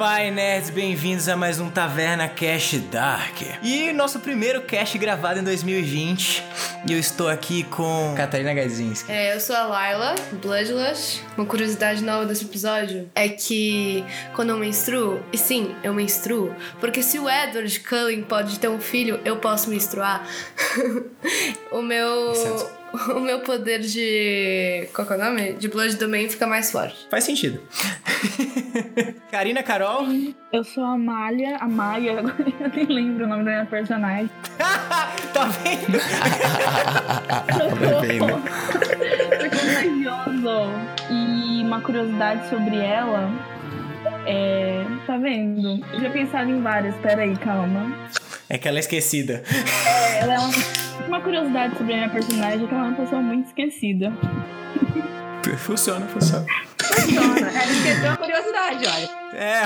aí, nerds, bem-vindos a mais um Taverna Cash Dark. E nosso primeiro cast gravado em 2020. E eu estou aqui com Catarina Gazinski. É, eu sou a Laila Bloodlush. Uma curiosidade nova desse episódio é que quando eu menstruo, e sim, eu menstruo, porque se o Edward Cullen pode ter um filho, eu posso menstruar. o meu. Licença. O meu poder de. Qual que é o nome? De Blood Domain fica mais forte. Faz sentido. Karina Carol. Eu sou a Malha, a Maia, agora eu nem lembro o nome da minha personagem. tá vendo? Tá Tá Socorro. né? Tô contagioso. E uma curiosidade sobre ela. É. Tá vendo? Eu já pensava em várias, peraí, calma. É que ela é esquecida. É, Ela é uma, uma curiosidade sobre a minha personagem é que ela é uma pessoa muito esquecida. Funciona, funciona. Então, Ela esqueceu a curiosidade, olha. É,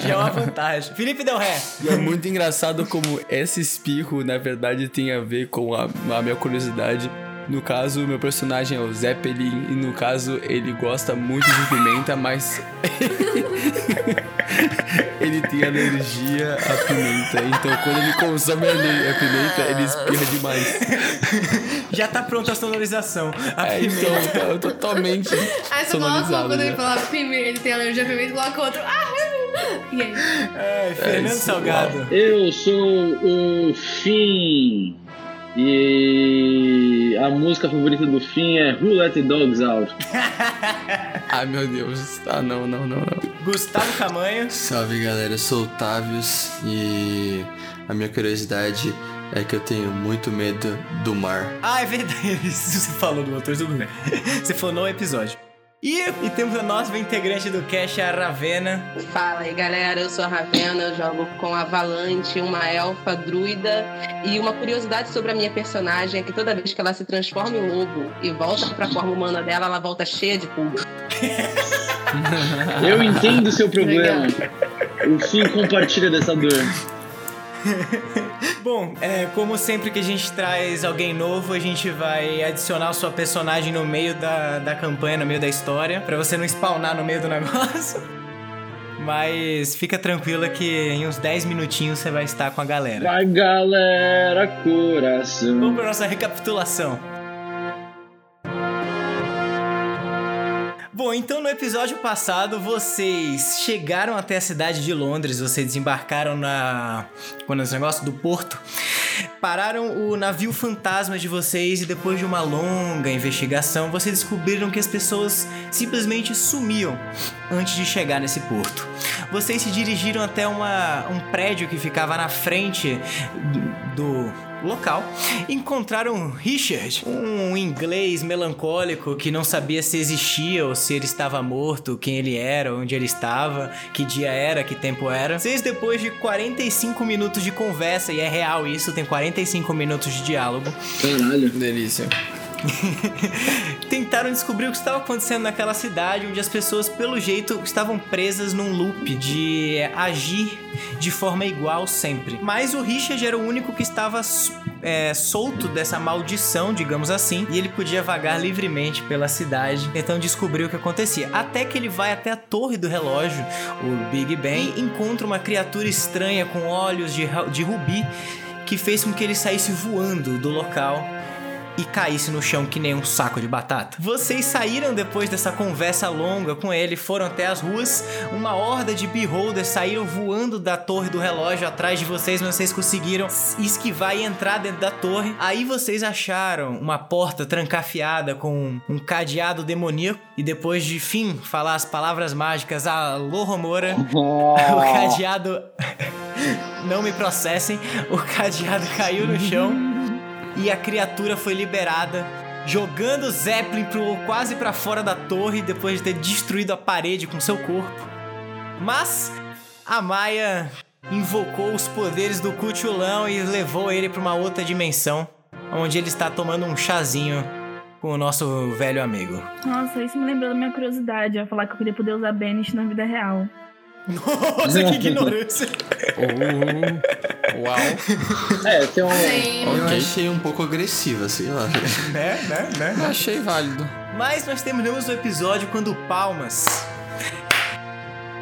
já é uma vantagem. Felipe Del Ré. E é muito engraçado como esse espirro, na verdade, tem a ver com a, a minha curiosidade. No caso, meu personagem é o Zeppelin, e no caso, ele gosta muito de pimenta, mas. ele tem alergia à pimenta. Então, quando ele consome a ale- a pimenta, ele espirra demais. Já tá pronta a sonorização. A É, primeira. então, tá- eu tô totalmente. Aí você coloca um sonorizado, quando ele né? fala primeiro, ele tem alergia a pimenta, coloca outro. Ah, eu- e aí? Ai, Fernando É isso, Salgado. Eu sou o Fim. E a música favorita do Fim é Who Let the Dogs Out. Ai, meu Deus. Ah, não, não, não, não. Gustavo Camanho. Salve galera, eu sou o Tavius e a minha curiosidade é que eu tenho muito medo do mar. Ah, é verdade. Isso você falou do motor do Google. Você falou no episódio. E, e temos a nossa integrante do cast, a Ravena. Fala aí, galera. Eu sou a Ravena, eu jogo com a Valante, uma elfa druida. E uma curiosidade sobre a minha personagem é que toda vez que ela se transforma em um lobo e volta pra forma humana dela, ela volta cheia de pulga. Eu entendo o seu problema. Legal. O Fim compartilha dessa dor. Bom, é, como sempre que a gente traz alguém novo, a gente vai adicionar a sua personagem no meio da, da campanha, no meio da história, pra você não spawnar no meio do negócio. Mas fica tranquila que em uns 10 minutinhos você vai estar com a galera. Pra galera, coração. Vamos para nossa recapitulação. Bom, então no episódio passado vocês chegaram até a cidade de Londres, vocês desembarcaram na. Quando é esse negócio? Do porto. Pararam o navio fantasma de vocês e depois de uma longa investigação vocês descobriram que as pessoas simplesmente sumiam antes de chegar nesse porto. Vocês se dirigiram até uma, um prédio que ficava na frente do do local encontraram Richard, um inglês melancólico que não sabia se existia ou se ele estava morto, quem ele era, onde ele estava, que dia era, que tempo era. Vocês, depois de 45 minutos de conversa, e é real isso, tem 45 minutos de diálogo, Caralho. Delícia. tentaram descobrir o que estava acontecendo naquela cidade, onde as pessoas, pelo jeito, estavam presas num loop de agir de forma igual sempre. Mas o Richard era o único que estava su- é, solto dessa maldição, digamos assim, e ele podia vagar livremente pela cidade, então descobriu o que acontecia. Até que ele vai até a torre do relógio, o Big Ben, e encontra uma criatura estranha com olhos de, ra- de rubi que fez com que ele saísse voando do local e caísse no chão que nem um saco de batata. Vocês saíram depois dessa conversa longa com ele, foram até as ruas, uma horda de beholders saíram voando da torre do relógio atrás de vocês, mas vocês conseguiram esquivar e entrar dentro da torre. Aí vocês acharam uma porta trancafiada com um cadeado demoníaco e depois de fim falar as palavras mágicas alô Romora, o cadeado não me processem, o cadeado caiu no chão e a criatura foi liberada, jogando o Zeppelin pro, quase pra fora da torre depois de ter destruído a parede com seu corpo. Mas a Maia invocou os poderes do Cutulão e levou ele pra uma outra dimensão, onde ele está tomando um chazinho com o nosso velho amigo. Nossa, isso me lembrou da minha curiosidade, a falar que eu queria poder usar Banish na vida real. Nossa, que ignorância! Uau. É, tem um. Sim. Oh, Eu achei um pouco agressiva, sei lá. né, né, né? Achei válido. Mas nós terminamos o episódio quando o Palmas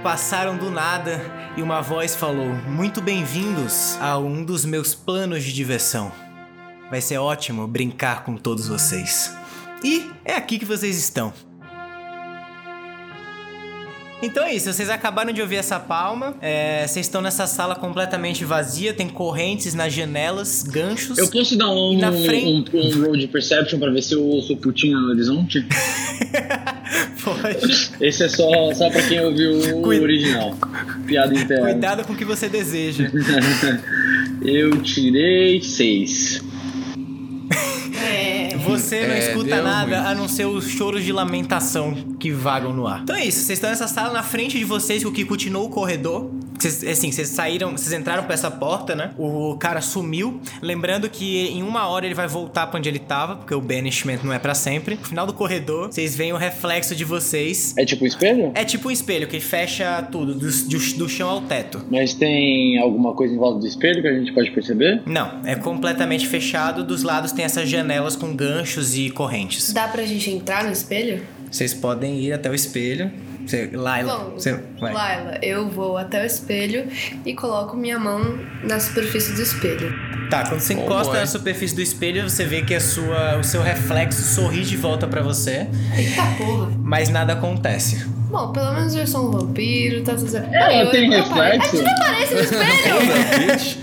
passaram do nada e uma voz falou: Muito bem-vindos a um dos meus planos de diversão. Vai ser ótimo brincar com todos vocês. E é aqui que vocês estão. Então é isso, vocês acabaram de ouvir essa palma. é, vocês estão nessa sala completamente vazia, tem correntes nas janelas, ganchos. Eu posso dar um, E na frente- um, um roll de perception pra ver se eu ouço putinha no horizonte? Pode. Esse é só, só pra quem ouviu o Cuida- original. Piada interna. Cuidado com o que você deseja. Eu tirei seis. Você não É, escuta deu nada ruim. a não ser os choros de lamentação que vagam no ar. Então é isso, vocês estão nessa sala na frente de vocês, o que continua o corredor. Vocês, assim, vocês saíram, vocês entraram pra essa porta, né? O cara sumiu. Lembrando que em uma hora ele vai voltar pra onde ele tava, porque o banishment não é pra sempre. No final do corredor, vocês veem o reflexo de vocês. É tipo um espelho? É tipo um espelho que fecha tudo, do, do- do chão ao teto. Mas tem alguma coisa em volta do espelho que a gente pode perceber? Não, é completamente fechado. Dos lados tem essas janelas com ganchos e correntes. Dá pra gente entrar no espelho? Vocês podem ir até o espelho. Você, Laila, Bom, você vai. Laila, eu vou até o espelho e coloco minha mão na superfície do espelho. Tá, quando você Bom, encosta boy. na superfície do espelho, você vê que a sua, o seu reflexo sorri de volta pra você, Eita porra! mas nada acontece. Bom, pelo menos eu sou um vampiro, tá tudo É, certo. Ela eu tem não reflexo? apare- Aqui não aparece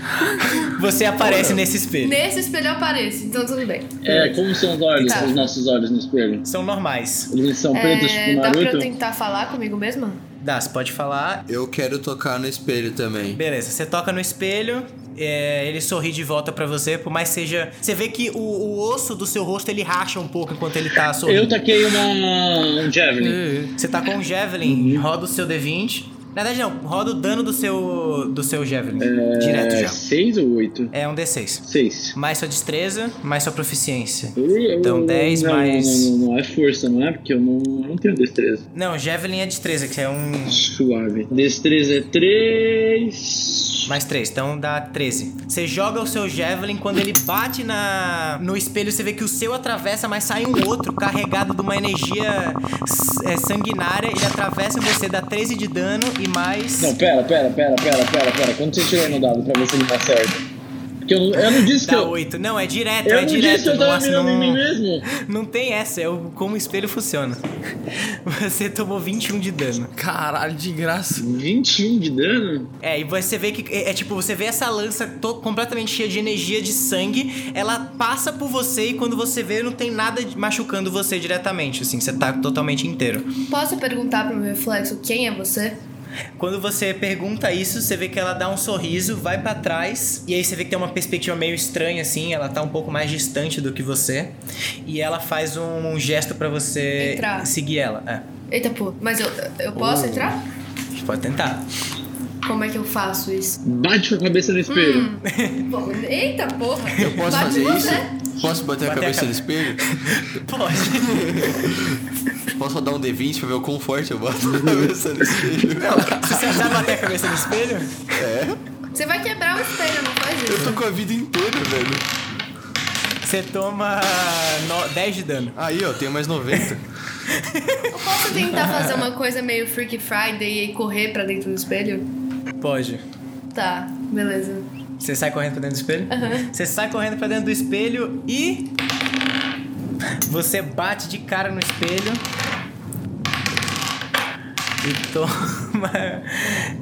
no espelho! Você aparece nesse espelho. Nesse espelho eu apareço, então tudo bem. É, como são os olhos, Tá. os nossos olhos no espelho? São normais. Eles são pretos, É, tipo dá pra eu Naruto? tentar falar comigo mesma? Dá, você pode falar. Eu quero tocar no espelho também. Beleza, você toca no espelho, é, ele sorri de volta pra você, por mais seja. Você vê que o, o osso do seu rosto ele racha um pouco enquanto ele tá sorrindo. Eu taquei uma um Javelin. Uhum. Você tá com o Javelin, roda o seu D20. Na verdade, não, roda o dano do seu, do seu Javelin. Direto É, já. seis ou oito? É um D6. Seis. Mais sua destreza, mais sua proficiência. Então, Então dez não, mais- Não, não, não, é força, não é? Porque eu não, eu não tenho destreza. Não, Javelin é destreza, que é um. Suave. Destreza é três. Mais 3, então dá 13. Você joga o seu Javelin, quando ele bate na no espelho, você vê que o seu atravessa, mas sai um outro carregado de uma energia s- é, sanguinária. Ele atravessa você, dá 13 de dano e mais. Não, pera, pera, pera, pera, pera, pera. Quando você tirou no dado pra ver se ele tá certo? Porque eu, não- eu não disse que Dá eu. 8. Não, é direto, Eu é não direto. disse que eu tava Nossa, mirando em não- mim mesmo. Não tem essa, é o, como o espelho funciona. Você tomou 21 de dano. Caralho, de graça. 21 de dano? É, e você vê que. É, é tipo, você vê essa lança to- completamente cheia de energia, de sangue. Ela passa por você e quando você vê, não tem nada de- machucando você diretamente. Assim, você tá totalmente inteiro. Posso perguntar pro meu reflexo quem é você? Quando você pergunta isso, você vê que ela dá um sorriso, vai pra trás, e aí você vê que tem uma perspectiva meio estranha, assim, ela tá um pouco mais distante do que você. E ela faz um, gesto pra você Entrar. seguir ela. É, Eita porra, mas eu, eu posso entrar? a gente pode tentar. Como é que eu faço isso? Bate com a cabeça no espelho. Hum. Bom, eita porra! Eu posso Bate fazer você. isso? Posso bater a Bater a cabeça no cabe- espelho? Pode. Posso rodar um D20 pra ver o quão forte eu bato a cabeça no espelho? Se você já bater a cabeça no espelho, Você vai quebrar o espelho, não faz Eu isso. tô com a vida inteira, velho. você toma no- 10 de dano. Aí, ó, tenho mais 90. Eu posso tentar fazer uma coisa meio Freaky Friday e correr pra dentro do espelho? Pode. Tá, beleza. Você sai correndo pra dentro do espelho? Você sai correndo pra dentro do espelho e. Você bate de cara no espelho. E toma.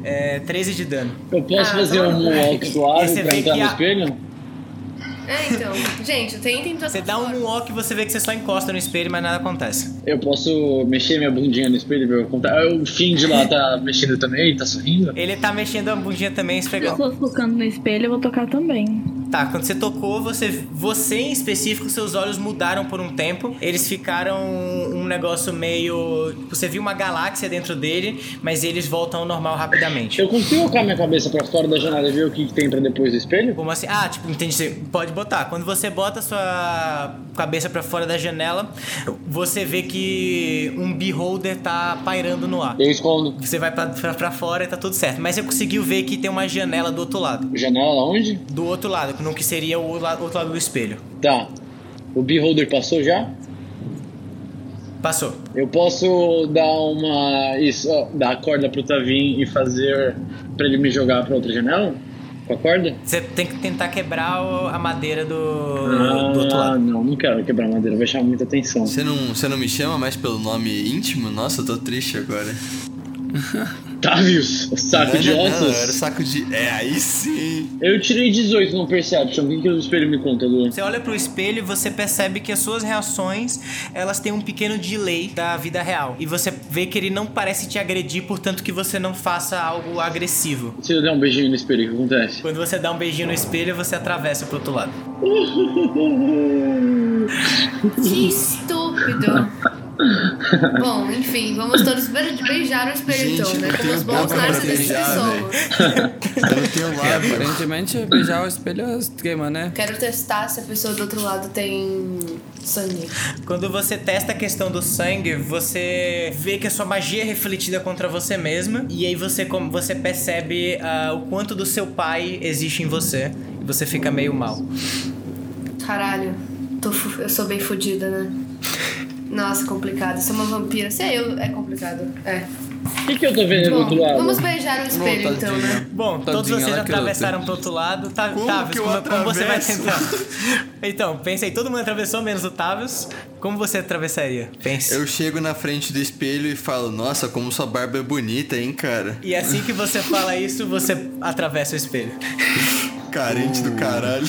É, 13 de dano. Eu posso Ah, fazer tá. um walk E você suave pra vê entrar que no a- espelho? É, então. Gente, tentem de outra Você dá um forma. walk e você vê que você só encosta no espelho, mas nada acontece. Eu posso mexer minha bundinha no espelho pra eu contar. Ah, O Finn de lá tá mexendo também, tá sorrindo. Ele tá mexendo a bundinha também, Se eu esfregando. tô tocando no espelho, eu vou tocar também. Tá, quando você tocou, você, você em específico, seus olhos mudaram por um tempo. Eles ficaram um negócio meio. tipo, Você viu uma galáxia dentro dele, mas eles voltam ao normal rapidamente. Eu consigo colocar minha cabeça pra fora da janela e ver o que, que tem pra depois do espelho? Como assim? Ah, tipo, entendi. Você pode botar. Quando você bota a sua cabeça pra fora da janela, você vê que um beholder tá pairando no ar. Eu escondo. Você vai pra, pra, pra fora e tá tudo certo. Mas você conseguiu ver que tem uma janela do outro lado. Janela onde? Do outro lado, no que seria o la- outro lado do espelho. Tá. O beholder passou já? Passou. Eu posso dar uma. Isso, ó, dar a corda pro Tavim e fazer. pra ele me jogar pra outra janela? Com a corda? Você tem que tentar quebrar o- a madeira do, Ah, do outro lado. não, não quero quebrar madeira, vai chamar muita atenção. Você não, você não me chama mais pelo nome íntimo? Nossa, eu tô triste agora. Tavius, saco Não, de não, não, ossos. era saco de. É, aí sim. Eu tirei 18 no Perception, o que que o espelho me conta, Lu? Você olha pro espelho e você percebe que as suas reações, elas têm um pequeno delay da vida real. E você vê que ele não parece te agredir, portanto que você não faça algo agressivo. Se eu der um beijinho no espelho, o que acontece? Quando você dá um beijinho no espelho, você atravessa pro outro lado. um- Que estúpido. Bom, enfim, vamos todos be- beijar o espelho, então, Gente, né? não Como tem os bons boca pra narcisistas que beijar, somos. Eu não tenho É, lábio. aparentemente, beijar o espelho queima, né? Quero testar se a pessoa do outro lado tem sangue. Quando você testa a questão do sangue, você vê que a sua magia é refletida contra você mesma. E aí você, como, você percebe ah, o quanto do seu pai existe em você. E você fica meio mal. Caralho, tô fu- eu sou bem fodida, né? Nossa, complicado. Sou uma vampira. Se é eu, é complicado. É. O que, que eu tô vendo do Bom, outro lado? vamos beijar o espelho, então, né? Bom, todos Tadinha, vocês ela que luta. atravessaram pro outro lado. Tá, Como Tavius, que eu como, como você vai atravesso? tentar? então, pensei, todo mundo atravessou, menos o Tavius. Como você atravessaria? Pense. Eu chego na frente do espelho e falo, nossa, como sua barba é bonita, hein, cara. E assim que você fala isso, você atravessa o espelho. Carente do caralho.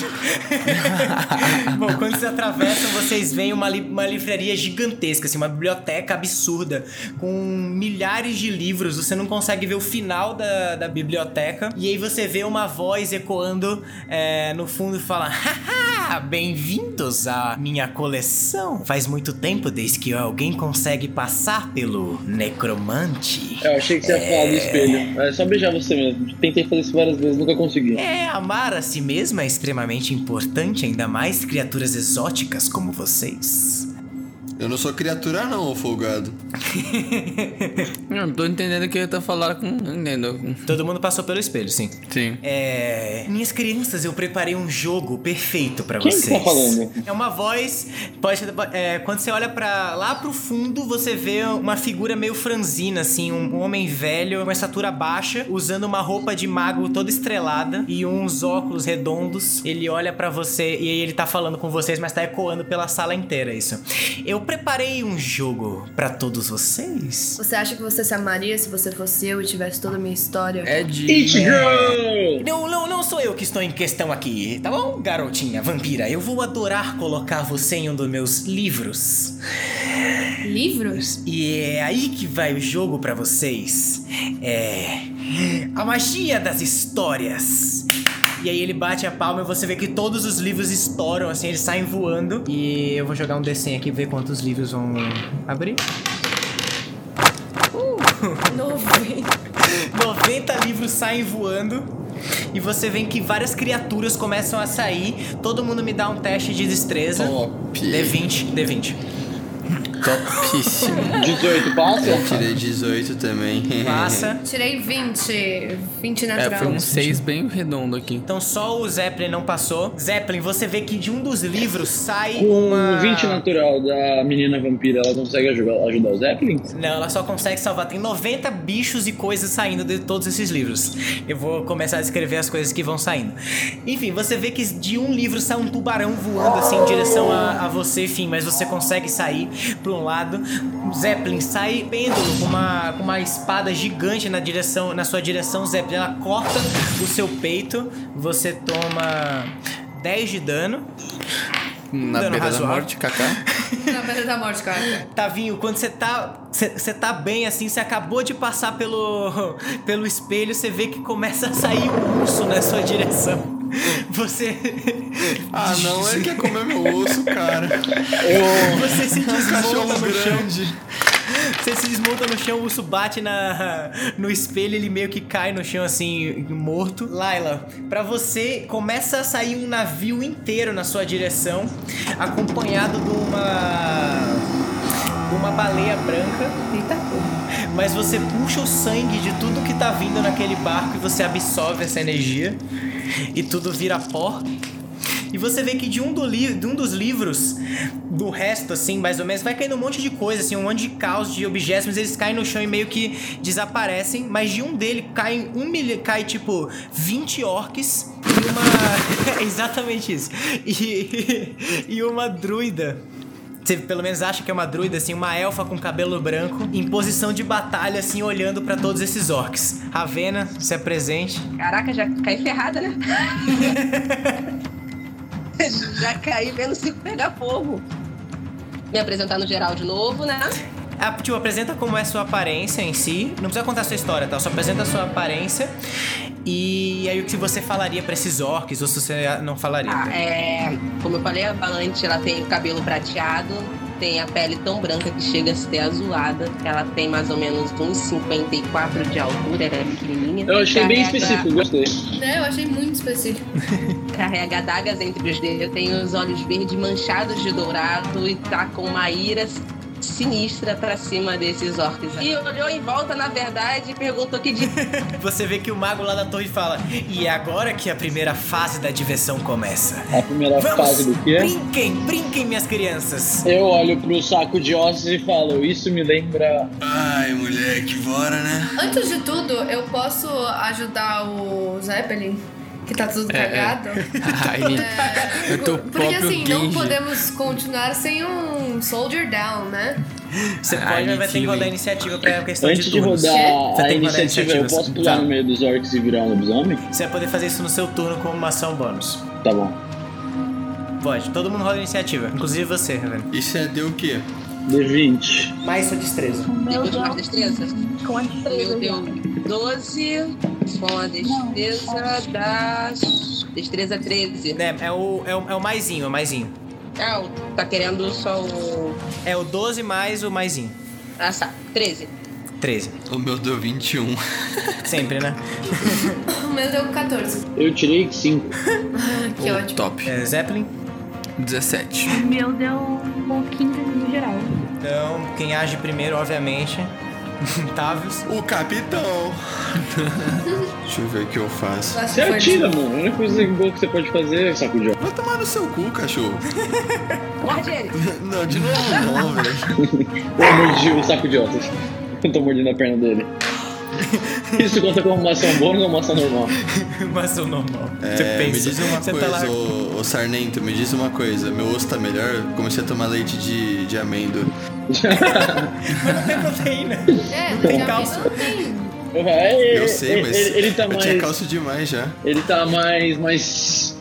Bom, quando vocês atravessam, vocês veem uma, li- uma livraria gigantesca, assim, uma biblioteca absurda, com milhares de livros. Você não consegue ver o final da, da biblioteca. E aí você vê uma voz ecoando é, no fundo e fala: Haha, bem-vindos à minha coleção. Faz muito tempo desde que alguém consegue passar pelo necromante. Eu achei que você ia falar do espelho. É só beijar você mesmo. Tentei fazer isso várias vezes, nunca consegui. É, amar a si mesma é extremamente importante, ainda mais criaturas exóticas como vocês. Eu não sou criatura não, ô folgado. Não, tô entendendo o que ele tá falando com. Não entendo. Todo mundo passou pelo espelho, sim. Sim. É. Minhas crianças, eu preparei um jogo perfeito pra Quem que vocês. tá falando? É uma voz. Pode, é, quando você olha para lá pro fundo, você vê uma figura meio franzina, assim, um homem velho com estatura baixa, usando uma roupa de mago toda estrelada e uns óculos redondos. Ele olha pra você e aí ele tá falando com vocês, mas tá ecoando pela sala inteira isso. Eu preparei um jogo pra todos vocês. Você acha que você se amaria se você fosse eu e tivesse toda a minha história? É de. It Girl! Não, não, não sou eu que estou em questão aqui, tá bom, garotinha vampira? Eu vou adorar colocar você em um dos meus livros. É. Livros? E é aí que vai o jogo pra vocês. É. A magia das histórias. E aí ele bate a palma e você vê que todos os livros estouram, assim, eles saem voando. E eu vou jogar um D100 aqui ver quantos livros vão abrir. 90 livros saem voando. E você vê que várias criaturas começam a sair. Todo mundo me dá um teste de destreza. Top. D20, D20. Topíssimo. 18 passa? Tirei 18 também. Passa. Tirei 20. 20 É, natural. foi um 6 bem redondo aqui. Então só o Zeppelin não passou. Zeppelin, você vê que de um dos livros sai Com uma... 20 natural da menina vampira, ela consegue ajudar, ajudar o Zeppelin? Não, ela só consegue salvar. Tem 90 bichos e coisas saindo de todos esses livros. Eu vou começar a escrever as coisas que vão saindo. Enfim, você vê que de um livro sai um tubarão voando assim em direção a, a você, enfim, mas você consegue sair para um lado. Zeppelin sai pêndulo com uma, com uma espada gigante na direção na sua direção, Zeppelin. Ela corta o seu peito. Você toma 10 de dano. Na Dano beira da razoável. morte, Kaká. Na beira da morte, cara. Tavinho, quando você tá. Você tá bem assim, você acabou de passar pelo, pelo espelho, você vê que começa a sair um urso na sua direção. Você. Ah, não, ele quer comer meu osso, cara. Você se desmonta Oh. Cachorro no chão. grande. Você se desmonta no chão, o urso bate na, no espelho, ele meio que cai no chão assim, morto. Laila, pra você, começa a sair um navio inteiro na sua direção, acompanhado de uma. de uma baleia branca. Eita porra. Mas você puxa o sangue de tudo que tá vindo naquele barco e você absorve essa energia. E tudo vira pó. E você vê que de um, do li- de um dos livros, do resto, assim, mais ou menos, vai caindo um monte de coisa, assim, um monte de caos de objetos, mas eles caem no chão e meio que desaparecem. Mas de um dele cai, um milha, cai tipo 20 orques e uma. É Exatamente isso. E, e uma druida. Você pelo menos acha que é uma druida, assim, uma elfa com cabelo branco, em posição de batalha, assim, olhando pra todos esses orcs. Ravena, se apresente. Caraca, já caí ferrada, né? já caí vendo se pegar fogo. Me apresentar no geral de novo, né? Ah, tipo, apresenta como é sua aparência em si. Não precisa contar sua história, tá? Só apresenta a sua aparência. E aí o que você falaria pra esses orcs, ou se você não falaria. Ah, é, como eu falei, a Valante ela tem o cabelo prateado, tem a pele tão branca que chega a ser azulada. Ela tem mais ou menos uns 54 de altura, ela é pequenininha. Eu achei bem Carrega- específico, gostei. Né? Eu achei muito específico. Carrega adagas entre os dedos, tem os olhos verdes manchados de dourado e tá com uma ira sinistra pra cima desses orcs. E olhou em volta, na verdade, e perguntou que de Você vê que o mago lá da torre fala: E é agora que a primeira fase da diversão começa. É A primeira fase do quê? brinquem, brinquem, minhas crianças. Eu olho pro saco de ossos e falo, isso me lembra. Ai, moleque, bora, né? Antes de tudo, eu posso ajudar o Zeppelin, que tá tudo cagado. Ai, É, É, Eu tô porque próprio assim, não Genji. podemos continuar sem um Soldier Down, né? Você Ah, pode, mas vai ter que mentira, rodar a hein? iniciativa pra um questão Antes de de turnos. rodar Você a tem que rodar a iniciativa, eu iniciativa, posso tá. pular no meio dos orcs e virar um lobisomem? Você vai poder fazer isso no seu turno como uma ação bônus. Tá bom. Pode, todo mundo roda a iniciativa, inclusive você, Ravena. Isso é deu o quê? D20. Mais sua destreza. Meu Depois Deus, com as destrezas. com a estrela. Eu deu 12 com a destreza da. Destreza 13. É, é o, é o, é o maisinho, é o maisinho. Ah, o- tá querendo só o. É o 12 mais o maisinho. Ah, tá. 13. 13. O meu deu 21. Sempre, né? O meu deu 14. Eu tirei 5. Ah, que ótimo. Top. É, Zeppelin. 17. O meu deu um 15 no geral. Então, quem age primeiro, obviamente. Tavius. O capitão. Deixa eu ver o que eu faço. Acho que Você foi atira, mano. A única coisa boa que você pode fazer é saco de ossos. Vai tomar no seu cu, cachorro. Guarde ele. Não, de novo não, velho. Eu mordi o saco de ossos. Eu tô mordendo a perna dele. Isso conta como uma ação bônus ou uma ação normal? Mas o normal. Você É, me pensa. diz uma você coisa, tá lá. ô, ô Sarnento, me diz uma coisa. Meu osso tá melhor? Comecei a tomar leite de, de amêndoa. Mas não tem né? proteína. É, não Tem tem calça. Não tem. É, Eu é, sei, é, mas Ele, ele tá eu tinha mais. calço demais já. Ele tá mais. mais.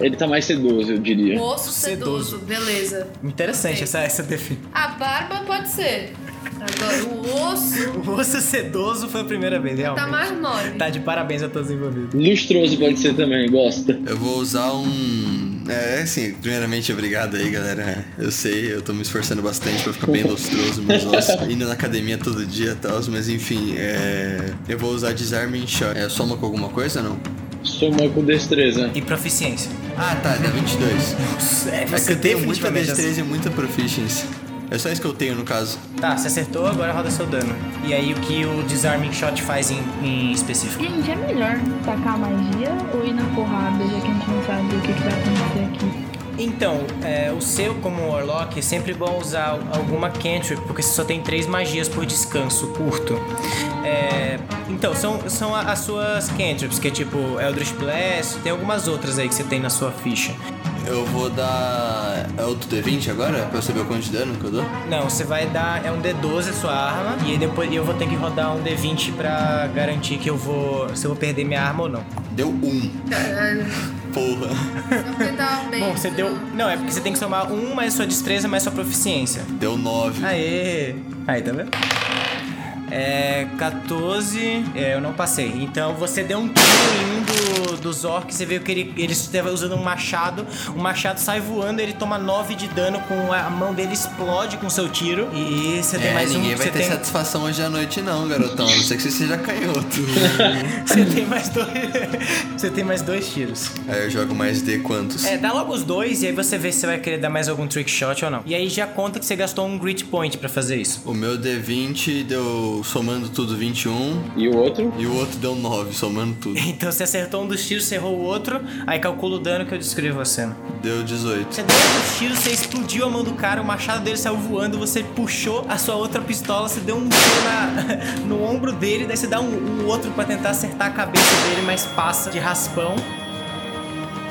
Ele tá mais sedoso, eu diria. um Osso sedoso, beleza. Interessante Sei. essa, essa definição. A barba pode ser. Agora, o osso O osso sedoso foi a primeira vez, realmente. tá mais mole. Tá de parabéns a todos envolvidos. Lustroso pode ser também, gosta. Eu vou usar um. É assim, primeiramente, obrigado aí, galera. Eu sei, eu tô me esforçando bastante pra ficar bem lustroso, meus ossos. Indo na academia todo dia e tal, mas enfim, é. Eu vou usar Disarming Shot. É, soma com alguma coisa não? Soma com destreza. E proficiência. Ah, tá, dá 22. É, É que eu tenho muita definitivamente- destreza e muita proficiency. É só isso que eu tenho no caso. Tá, você acertou, agora roda seu dano. E aí o que o Disarming Shot faz em, em específico? Gente, é melhor tacar magia ou ir na porrada, já que a gente não sabe o que, que vai acontecer aqui. Então, é, o seu como Warlock é sempre bom usar alguma cantrip, porque você só tem três magias por descanso curto. É, então, são, são a- as suas cantrips, que é tipo Eldritch Blast, tem algumas outras aí que você tem na sua ficha. Eu vou dar. É outro D20 agora? Pra eu saber o quanto de dano que eu dou? Não, você vai dar. É um D12 a sua arma. E aí depois eu vou ter que rodar um D20 pra garantir que eu vou. Se eu vou perder minha arma ou não. Deu um. Caralho. Porra. Só Então, porque tava bem. Bom, você deu. Não, é porque você tem que somar um mais sua destreza mais sua proficiência. Deu nove. Ah, Aê! Aí, tá vendo? É. 14. É, eu não passei. Então você deu um tiro em um do, dos orcs. Você viu que ele, ele estava usando um machado. O machado sai voando, ele toma 9 de dano. com A a mão dele explode com o seu tiro. E você tem É, mais um. ninguém vai você ter tem, satisfação hoje à noite não, garotão. A não ser que você seja canhoto. Você tem mais dois. você tem mais dois tiros. Aí eu jogo mais D quantos? É, dá logo os dois e aí você vê se você vai querer dar mais algum trick shot ou não. E aí já conta que você gastou um grit point pra fazer isso. O meu D20 deu, somando tudo, 21. E o outro? E o outro deu 9, somando tudo. Então você acer- acertou um dos tiros, você errou o outro, aí calcula o dano que eu descrevo a cena. Deu 18. Você deu um tiro, você explodiu a mão do cara, o machado dele saiu voando, você puxou a sua outra pistola, você deu um tiro na- no ombro dele, daí você dá um, um outro pra tentar acertar a cabeça dele, mas passa de raspão.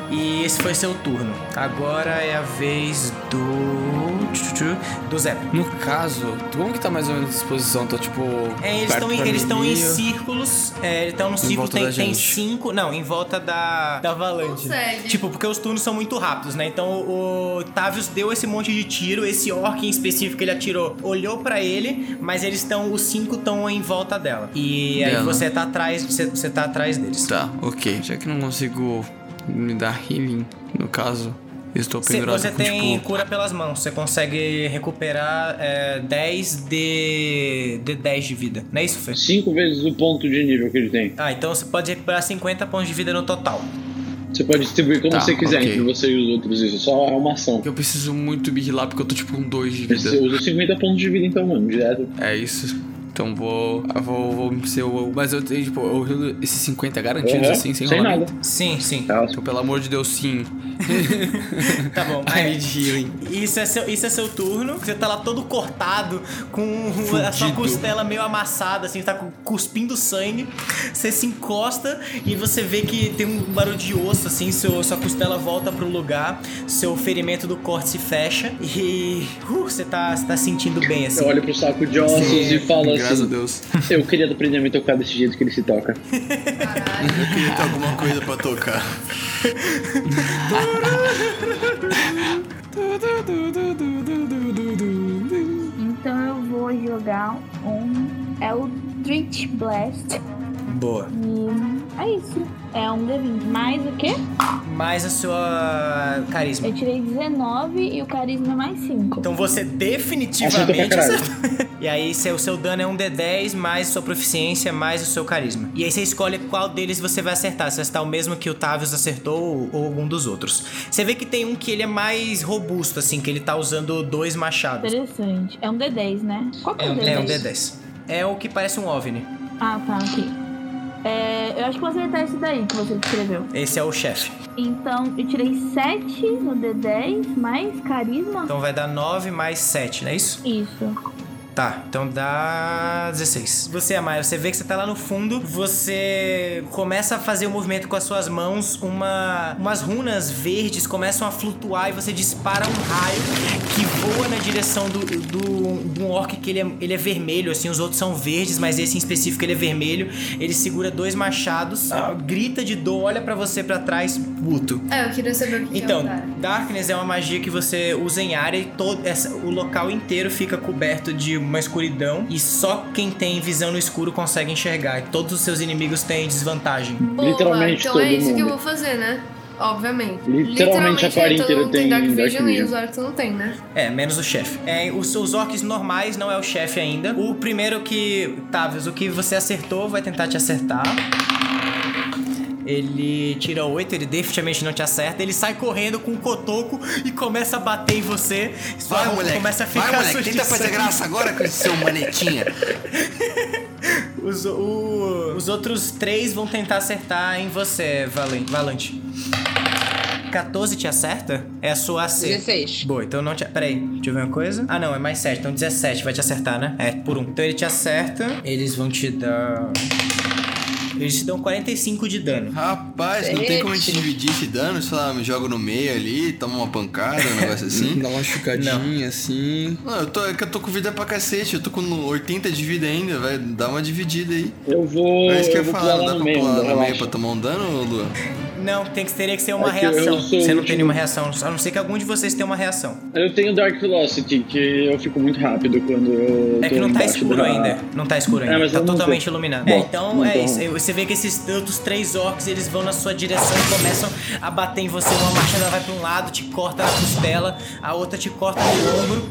E esse foi seu turno. Agora é a vez do. do Zé. No caso, como que tá mais ou menos a disposição? Tô tipo. É, eles perto estão pra em, eles mim tão em e- círculos. É, eles estão no círculo, volta tem, da tem gente. cinco. Não, em volta da, da avalanche. Consegue. Tipo, porque os turnos são muito rápidos, né? Então o, o Tavius deu esse monte de tiro, esse orc em específico que ele atirou, olhou pra ele, mas eles estão, os cinco estão em volta dela. E aí Dela. você tá atrás, você, você tá atrás deles. Tá, ok. Já que não consigo me dar healing, no caso, estou Você, pendurado você com, tem tipo... cura pelas mãos, você consegue recuperar é, 10 de, de 10 de vida. Não é isso, Fê? Cinco vezes o ponto de nível que ele tem. Ah, então você pode recuperar 50 pontos de vida no total. Você pode distribuir como Tá, você quiser ok. entre você e os outros. Isso só é uma ação. Eu preciso muito me healar porque eu tô tipo com 2 de vida. Você usa 50 pontos de vida então, mano, direto. É isso. Então vou. eu Vou, vou ser o. Mas eu tenho, tipo, eu healo esses 50 garantidos Uhum, assim, sem, sem nada. rolamento? Sim, sim. Tá, Então, pelo amor de Deus, sim. Tá bom. I need healing. Isso é, seu, isso é seu turno. Você tá lá todo cortado, com a sua Fudido. costela meio amassada, assim, tá cu- cuspindo sangue. Você se encosta e você vê que tem um barulho de osso, assim, seu, sua costela volta pro lugar, seu ferimento do corte se fecha e uh, você, tá, você tá sentindo bem, assim. Eu olho pro saco de ossos e falo Graças a assim: Deus. Eu queria aprender a me tocar desse jeito que ele se toca. Eu queria ter alguma coisa pra tocar. Então eu vou jogar um Eldritch Blast. Boa. E é isso. É um D20. Mais o quê? Mais a sua carisma. Eu tirei 19 e o carisma é mais 5. Então você Acertou pra definitivamente caralho. acertou. E aí seu, o seu dano é um D10 mais sua proficiência mais o seu carisma. E aí você escolhe qual deles você vai acertar. Se vai acertar o mesmo que o Tavius acertou ou, ou algum dos outros. Você vê que tem um que ele é mais robusto, assim, que ele tá usando dois machados. Interessante. É um D10, né? Qual que é, o D10? É um D10. É o que parece um OVNI. Ah, tá, ok. É, eu acho que vou acertar esse daí que você descreveu. Esse é o chefe. Então, eu tirei 7 no D10, mais carisma. Então vai dar 9 mais 7, não é isso? Isso. Tá, então dá 16. Você, Amaya, você vê que você tá lá no fundo, você começa a fazer o movimento com as suas mãos, uma, umas runas verdes começam a flutuar e você dispara um raio que voa na direção do, do, de um orc que ele é, ele é vermelho, assim, os outros são verdes, mas esse em específico ele é vermelho. Ele segura dois machados, grita de dor, olha pra você pra trás, puto. É, eu queria saber o que Então, que é um Darkness é uma magia que você usa em área e todo essa- o local inteiro fica coberto de uma escuridão e só quem tem visão no escuro consegue enxergar. E todos os seus inimigos têm desvantagem. Boa, Literalmente então todo é isso que eu mundo. vou fazer, né? Obviamente. Literalmente, a é, party todo inteira mundo tem tem Dark Dark Vision e Vision. os orcs não tem, né? É, menos o chefe. É, os seus orcs normais não é o chefe ainda. O primeiro que. Tavius, o que você acertou vai tentar te acertar. Ele tira 8, ele definitivamente não te acerta. Ele sai correndo com um cotoco e começa a bater em você. Sua Vai, roupa moleque. começa a ficar Vai, moleque. suja de Tenta fazer sangue. graça agora com esse seu manequinha. Os, o- os outros três vão tentar acertar em você, Valen- Valante. 14 te acerta? É a sua AC. 16. Boa, então não te. Peraí, deixa eu ver uma coisa. Ah, não, é mais 7, então 17 vai te acertar, né? É, por um. Então ele te acerta, eles vão te dar. Eles te dão 45 de dano. Rapaz, não tem como a gente dividir esse dano, sei lá, me jogo no meio ali, toma uma pancada, um negócio assim. Dá uma chucadinha assim. Não, eu tô, é que eu tô com vida pra cacete, eu tô com 80 de vida ainda, vai dar uma dividida aí. Eu vou. é isso que eu eu ia vou falar, pular não lá dá no pra meio, pular mano, no meio relaxa. pra tomar um dano, Lu? Não, tem que, teria que ser uma É que eu reação. sou Você o não tem último. nenhuma reação, a não ser que algum de vocês tenha uma reação. Eu tenho Dark Velocity, que eu fico muito rápido quando eu. É tô que não tá embaixo escuro da- ainda. Não tá escuro ainda. É, mas tá eu não totalmente sei. iluminado. Bom, é, então é então- isso. Eu- Você vê que esses outros três orcs eles vão na sua direção e começam a bater em você. Uma machada vai pra um lado, te corta na costela, a outra te corta no ombro,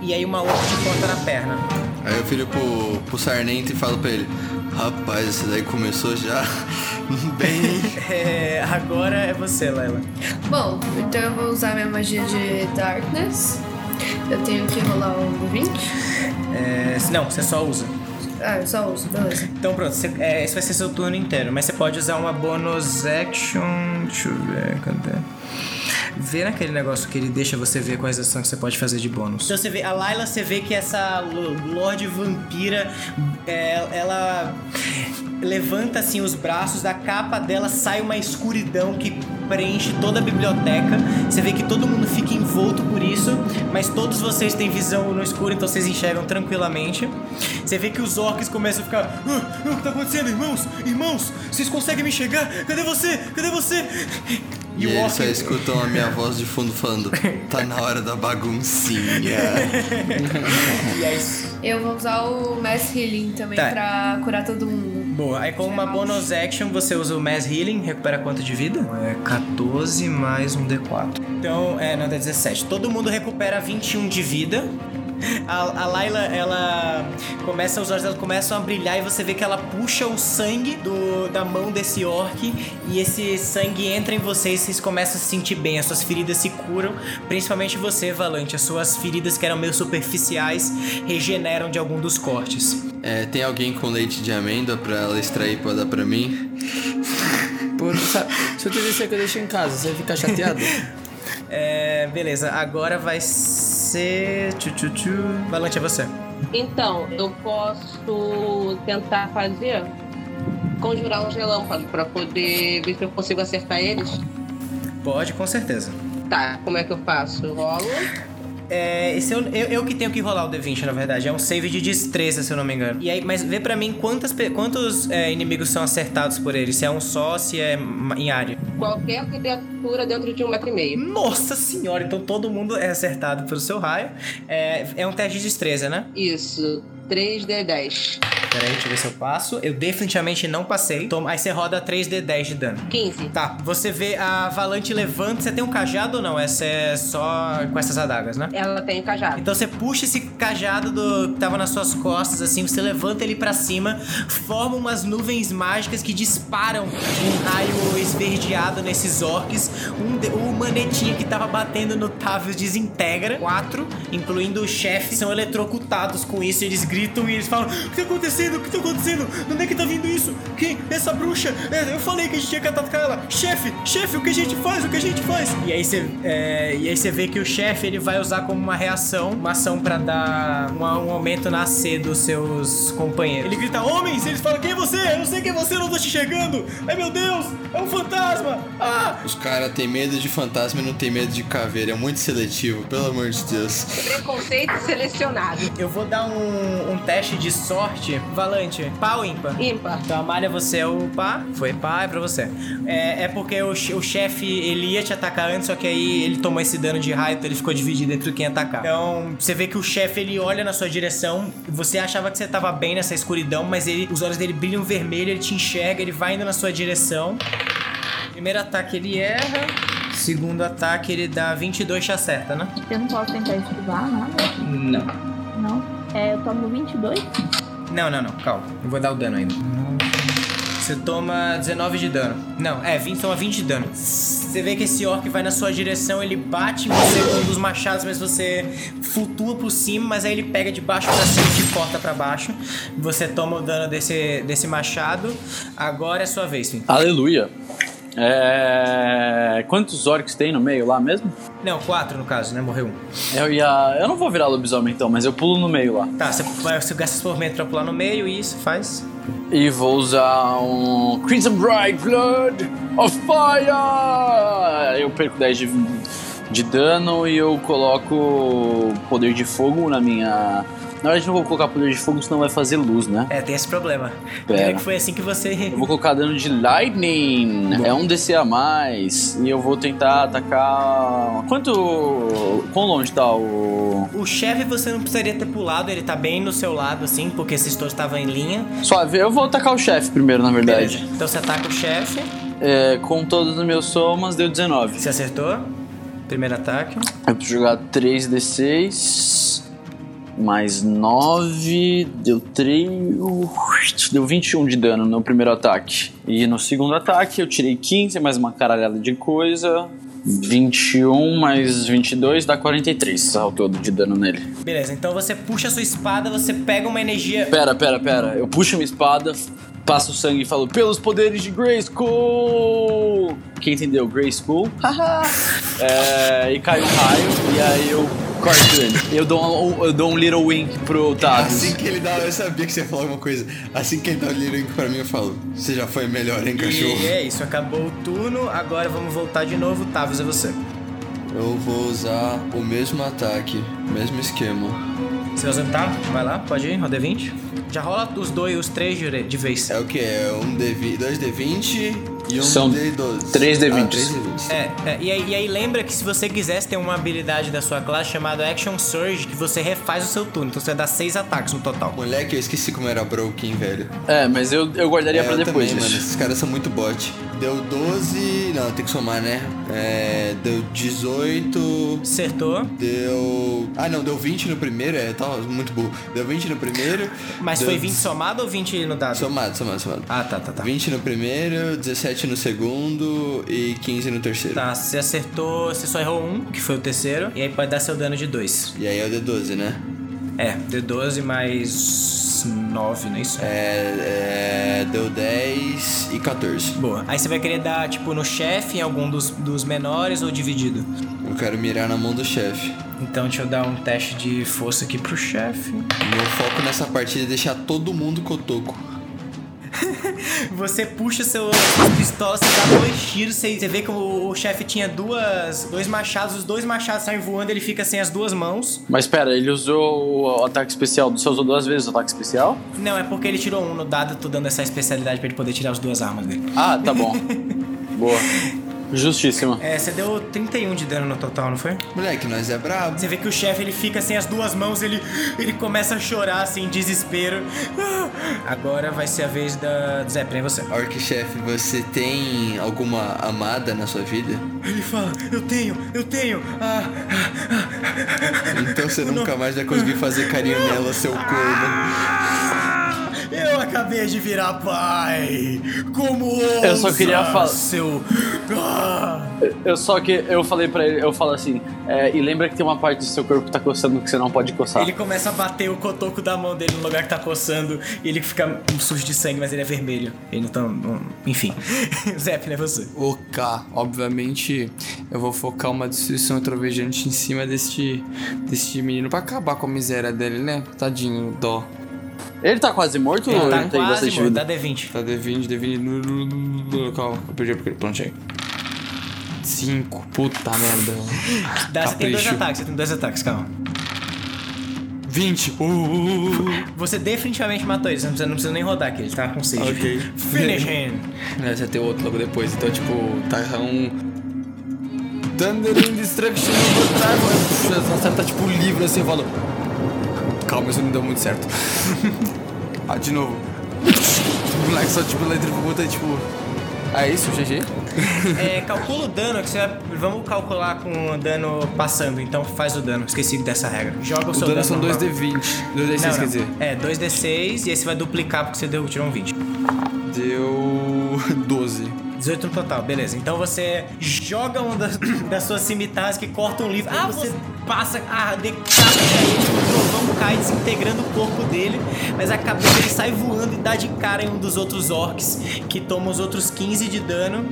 e aí uma outra te corta na perna. Aí eu filho pro, pro Sarnento e falo pra ele, rapaz, esse daí começou já bem. É, agora é você, Laila. Bom, então eu vou usar minha magia de Darkness. Eu tenho que rolar um 20. É, não, você só usa. Ah, eu só uso, beleza. Então pronto, você, é, esse vai ser seu turno inteiro, mas você pode usar uma bonus action. Deixa eu ver, cadê? Vê naquele negócio que ele deixa você ver quais ações que você pode fazer de bônus. Então você vê, a Layla, você vê que essa lo- Lorde Vampira, é, ela levanta assim os braços, da capa dela sai uma escuridão que preenche toda a biblioteca. Você vê que todo mundo fica envolto por isso, mas todos vocês têm visão no escuro, então vocês enxergam tranquilamente. Você vê que os orcs começam a ficar. "Ah, ah, o que tá acontecendo, irmãos? Irmãos, vocês conseguem me enxergar? Cadê você? Cadê você? E, o eles orc- só escutam a minha voz de fundo falando: tá na hora da baguncinha. E é isso. Eu vou usar o Mass Healing também Tá. pra curar todo mundo. Boa, aí com uma bonus action você usa o Mass Healing, recupera quanto de vida? É 14 mais um D4. Então, é, não, dá 17. Todo mundo recupera 21 de vida. A, a Layla, ela começa, os olhos dela começam a brilhar e você vê que ela puxa o sangue do, da mão desse orc e esse sangue entra em vocês e vocês começam a se sentir bem, as suas feridas se curam, principalmente você, Valante, as suas feridas que eram meio superficiais regeneram de algum dos cortes. é, tem alguém com leite de amêndoa pra ela extrair pra dar pra mim? Por- sa- se eu te disser que eu deixei em casa, você fica chateado? É, beleza, agora vai ser. Tchu, tchu, tchu. Valente, é você. Então, eu posso tentar fazer conjurar um relâmpago pra poder ver se eu consigo acertar eles. Pode, com certeza. Tá, como é que eu faço? Eu Rolo. É, esse eu, eu, eu que tenho que rolar o D20, na verdade. É um save de destreza, se eu não me engano. E aí, mas vê pra mim quantas, pe- quantos é, inimigos são acertados por ele. Se é um só, se é ma- em área. Qualquer criatura dentro de um metro e meio. Nossa senhora, então todo mundo é acertado pelo seu raio. É, é um teste de destreza, né? Isso. 3D10. Pera aí, deixa eu ver se eu passo. Eu definitivamente não passei. Toma, aí você roda 3D10 de dano. 15. Tá, você vê a Valante levanta. Você tem um cajado ou não? Essa é só com essas adagas, né? Ela tá tem o cajado. Então você puxa esse cajado do, que tava nas suas costas, assim, você levanta ele pra cima, forma umas nuvens mágicas que disparam um raio esverdeado nesses orcs. Um de- o manetinho que tava batendo no Tavius desintegra. Quatro, incluindo o chefe, são eletrocutados com isso. Eles gritam e eles falam: O que tá acontecendo? O que tá acontecendo? De onde é que tá vindo isso? Quem? Essa bruxa? É, eu falei que a gente ia catar com ela. Chefe, chefe, o que a gente faz? O que a gente faz? E aí você, é, e aí você vê que o chefe ele vai usar como uma reação, uma ação pra dar uma- um aumento na AC dos seus companheiros. Ele grita: Homens! Eles falam: Quem é você? Eu não sei quem é você, eu não tô te enxergando. Ai meu Deus, é um fantasma! Ah! Os caras têm medo de fantasma e não tem medo de caveira. É muito seletivo, pelo amor de Deus. Preconceito selecionado. Eu vou dar um, um teste de sorte. Valante, pau ou ímpar? Ímpar. Então, Amália, você é o pá? Foi pá, é pra você. É, é porque o, che- o chefe, ele ia te atacar antes, só que aí ele tomou esse dano de raio, então ele ficou dividido entre quem ia atacar. Então, você vê que o chefe, ele olha na sua direção, você achava que você tava bem nessa escuridão, mas ele, os olhos dele brilham vermelho, ele te enxerga, ele vai indo na sua direção. Primeiro ataque ele erra, segundo ataque ele dá 22 te acerta, né? Eu não posso tentar esquivar nada, Não. não. É, eu tomo 22. Não, não, não, calma. Eu vou dar o dano ainda. Você toma 19 de dano. Não, é, 20, toma 20 de dano. Você vê que esse orc vai na sua direção, ele bate em você com um dos machados, mas você flutua por cima, mas aí ele pega de baixo pra cima e te corta pra baixo. Você toma o dano desse, desse machado. Agora é sua vez, Fim. Aleluia. É... Quantos orcs tem no meio lá mesmo? Não, 4 no caso, né? Morreu um. Eu ia. Eu não vou virar lobisomem então, mas eu pulo no meio lá. Tá, você, você gasta seu movimento pra pular no meio e isso faz. E vou usar um Crimson Bright Blood of Fire! Eu perco 10 de, de dano e eu coloco poder de fogo na minha. Na verdade, eu não vou colocar poder de fogo, senão vai fazer luz, né? É, tem esse problema. Pera. Que Foi assim que você. Eu vou colocar dano de Lightning, é um DC a mais. E eu vou tentar atacar. Quanto. Quão longe tá o. O chefe você não precisaria ter pulado, ele tá bem no seu lado, assim, porque esses todos estavam em linha. Suave, eu vou atacar o chefe primeiro, na verdade. Então você ataca o chefe, É, com todos os meus somas, deu 19. você acertou. Primeiro ataque. Eu preciso jogar 3d6. Mais 9, deu 3. Deu 21 de dano no primeiro ataque. E no segundo ataque eu tirei 15, mais uma caralhada de coisa. 21 mais 22 dá 43 ao todo de dano nele. Beleza, então você puxa a sua espada, você pega uma energia. Pera, pera, pera. Eu puxo minha espada, passo o sangue e falo: Pelos poderes de Grayskull! Quem entendeu? Grayskull? Haha! é, e cai um raio, e aí eu corto ele. Eu dou um, eu dou um little wink pro Tavis. Assim que ele dá, eu sabia que você ia falar alguma coisa. Assim que ele dá o Lirink pra mim, eu falo: Você já foi melhor, hein, cachorro? E é isso, acabou o turno, agora vamos voltar de novo. Tavis, é você. Eu vou usar o mesmo ataque, mesmo esquema. Se você tá, vai lá, pode ir, roda 20. Já rola os dois, os três de de vez. É o que? É um D20, dois D20 e um São D12. três D20s. Ah, três D20s. É, é, e, aí, e aí lembra que se você quisesse ter uma habilidade da sua classe chamada Action Surge, que você refaz o seu turno, então você vai dar seis ataques no total. Moleque, eu esqueci como era broken, velho. É, mas eu, eu guardaria É, pra eu depois. também, isso. mano. Esses caras são muito bot. Deu 12. Não, tem que somar, né? É, deu 18. Acertou, Deu. Ah, não, deu 20 no primeiro. É, tava muito burro. Deu 20 no primeiro. mas deu- foi 20 somado ou 20 no dado? Somado, somado, somado. Ah, tá, tá, tá. 20 no primeiro, 17 no segundo e 15 no terceiro. Tá, você acertou, você só errou um, que foi o terceiro, e aí pode dar seu dano de dois. E aí é o D12, né? É, D12 mais 9, não é isso? É, é, deu 10 e 14. Boa. Aí você vai querer dar, tipo, no chefe, em algum dos, dos menores ou dividido? Eu quero mirar na mão do chefe. Então deixa eu dar um teste de força aqui pro chefe. Meu foco nessa partida é deixar todo mundo cotoco. Você puxa seu suas pistolas, você dá dois tiros, você, você vê que o, o chefe tinha duas, dois machados, os dois machados saem voando, ele fica sem as duas mãos. Mas pera, ele usou o ataque especial. Você usou duas vezes o ataque especial? Não, é porque ele tirou um no dado, eu tô dando essa especialidade pra ele poder tirar as duas armas dele. Ah, tá bom. Boa. Justíssima. É, você deu 31 de dano no total, não foi? Moleque, nós é brabo. Você vê que o chefe ele fica sem as duas mãos, ele, ele começa a chorar assim, em desespero. Ah! Agora vai ser a vez da do Zé, prende você. Orc-chefe, você tem alguma amada na sua vida? Ele fala: Eu tenho, eu tenho. Ah, ah, ah, ah, Então você nunca mais vai conseguir fazer carinho nela, seu corno. Eu acabei de virar pai! Como Eu só ousa, queria falar- Seu. Ah! Eu só que eu falei pra ele, eu falo assim, é, e lembra que tem uma parte do seu corpo que tá coçando que você não pode Tá. coçar. Ele começa a bater o cotoco da mão dele no lugar que tá coçando e ele fica um sujo de sangue, mas ele é vermelho. Ele não tá. não- Enfim. Zé, é você. Ok, obviamente eu vou focar uma destruição trovejante em cima deste, deste menino pra acabar com a miséria dele, né? Tadinho, dó. Ele tá quase morto ou tá ele tem quase, bastante mano. vida? Dá D20. Tá D20, D20. Calma, eu perdi porque. Pronto, chega. 5, puta merda. Dá, você tem dois Tá, Capricho. ataques, você tem dois ataques, calma. 20. Uh, uh, uh, uh. Você definitivamente matou ele, você não precisa, não precisa nem rodar aqui, ele tá com 6. Ok. Finish him! Né, Você tem outro logo depois, então tipo, tá um. Thundering Destruction Overtime. Você acerta tipo livre assim, eu falo. Calma, isso não deu muito certo. ah, de novo. O moleque só tipo lá entre o botão tipo. Ah, é isso, GG? É, calcula o dano que você vai. Vamos calcular com o dano passando, então faz o dano. Esqueci dessa regra. Joga o, O seu dano são 2 normal. D20. 2 D6, Não, não. quer dizer. É, 2d6 e aí você vai duplicar porque você deu, tirou um 20. Deu. 12. 18 no total, beleza. Então você joga um das, das suas cimitarras que corta um livro. Ah, você passa, ah, decapita ele, o trovão cai desintegrando o corpo dele, mas a cabeça dele sai voando e dá de cara em um dos outros orcs, que toma os outros 15 de dano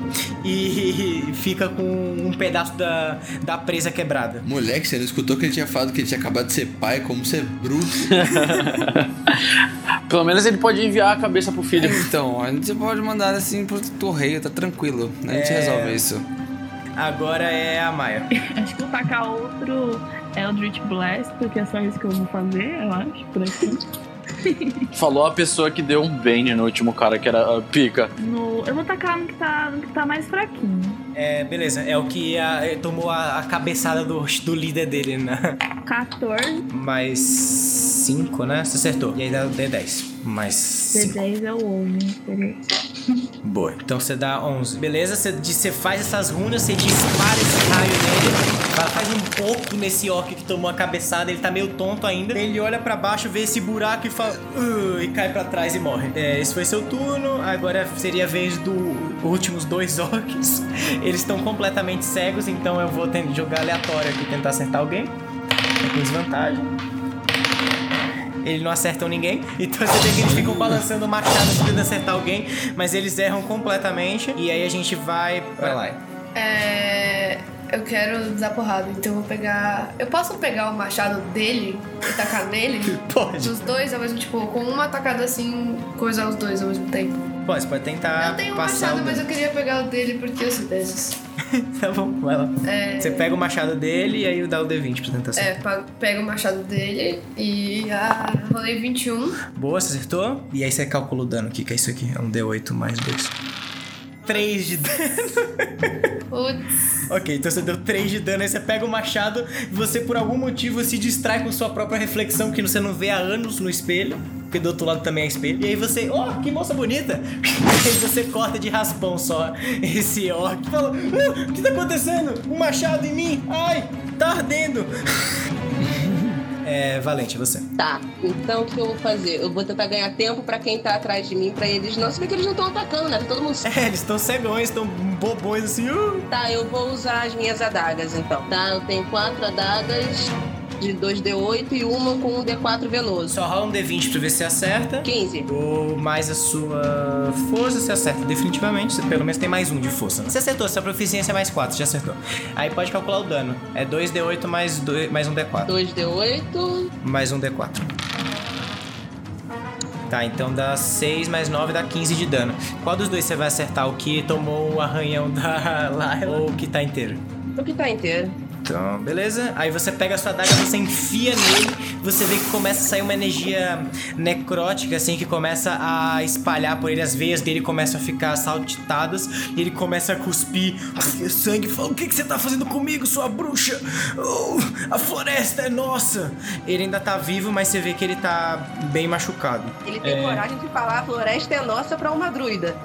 e fica com um pedaço da, da presa quebrada. Moleque, você não escutou que ele tinha falado que ele tinha acabado de ser pai? Como você é bruto. Pelo menos ele pode enviar a cabeça pro filho. Então, a gente pode mandar assim pro torreio, tá tranquilo. A gente resolve isso. Agora é a Maia. Acho que vou tacar outro Eldritch Blast, porque é só isso que eu vou fazer, eu acho, por aqui. Falou a pessoa que deu um bend no último cara, que era a pica. No, eu vou tacar no que, tá, no que tá mais fraquinho. É, beleza, é o que a- é, tomou a, a cabeçada do, do líder dele, né? 14, Mais 5, né? Você acertou. E aí dá o D10. Mais 5. D10 é o 11. Peraí. Boa. Então você dá 11. Beleza? Você, de- você faz essas runas, você dispara esse raio nele, fa- faz um pouco nesse orc que tomou a cabeçada, ele tá meio tonto ainda. Ele olha pra baixo, vê esse buraco e fala. "Ugh", e cai pra trás e morre. É, esse foi seu turno, agora seria a vez dos últimos dois orcs. Eles estão completamente cegos, então eu vou ten- jogar aleatório aqui, tentar acertar alguém. É Com desvantagem. Eles não acertam ninguém. Então você vê que eles ficam balançando o machado tentando acertar alguém, mas eles erram completamente. E aí a gente vai pra lá. É. Eu quero dar porrada, então eu vou pegar. Eu posso pegar o machado dele e tacar nele? Pode. Dos dois ao mesmo tipo, com uma tacada assim, coisar os dois ao mesmo tempo. Pode, pode tentar eu tenho um passar machado, o mas eu dano. queria pegar o dele porque eu sou desses. Tá bom, vai lá. É. Você pega o machado dele e aí dá o D20 pra tentar acertar. É, pa- pego o machado dele e. Ah, rolei 21. Boa, você acertou. E aí você calcula o dano. O que, que é isso aqui? É um D8 mais 2. 3 de dano. Putz. Ok, então você deu 3 de dano, aí você pega o machado e você por algum motivo se distrai com sua própria reflexão que você não vê há anos no espelho, porque do outro lado também é espelho. E aí você, oh, que moça bonita! E aí você corta de raspão só esse orc. Fala, "Ah, o que tá acontecendo? Um machado em mim? Ai, tá ardendo! é, Valente, é você. Tá, então o que eu vou fazer? Eu vou tentar ganhar tempo pra quem tá atrás de mim, pra eles não. Se bem que eles não estão atacando, né? Tá todo mundo. É, eles estão cegões, estão bobões assim. "Uh". Tá, eu vou usar as minhas adagas então. Tá, eu tenho quatro adagas de 2D8 e uma com um D4 venoso. Só rola um D20 pra ver se acerta. 15. Ou mais a sua força, você acerta definitivamente. Você pelo menos tem mais um de força. Né? Você acertou, sua proficiência é mais 4, já acertou. Aí pode calcular o dano. É 2d8 mais, 2, mais um d4. 2D8. Mais um d4. Tá, então dá 6 mais 9 dá 15 de dano. Qual dos dois você vai acertar? O que tomou o arranhão da Layla ou o que tá inteiro? O que tá inteiro? Então, beleza? Aí você pega a sua adaga, você enfia nele, você vê que começa a sair uma energia necrótica, assim, que começa a espalhar por ele, as veias dele começam a ficar saltitadas, e ele começa a cuspir sangue, e fala, o que, que você tá fazendo comigo, sua bruxa? Oh, a floresta é nossa! Ele ainda tá vivo, mas você vê que ele tá bem machucado. Ele tem coragem de falar a floresta é nossa pra uma druida.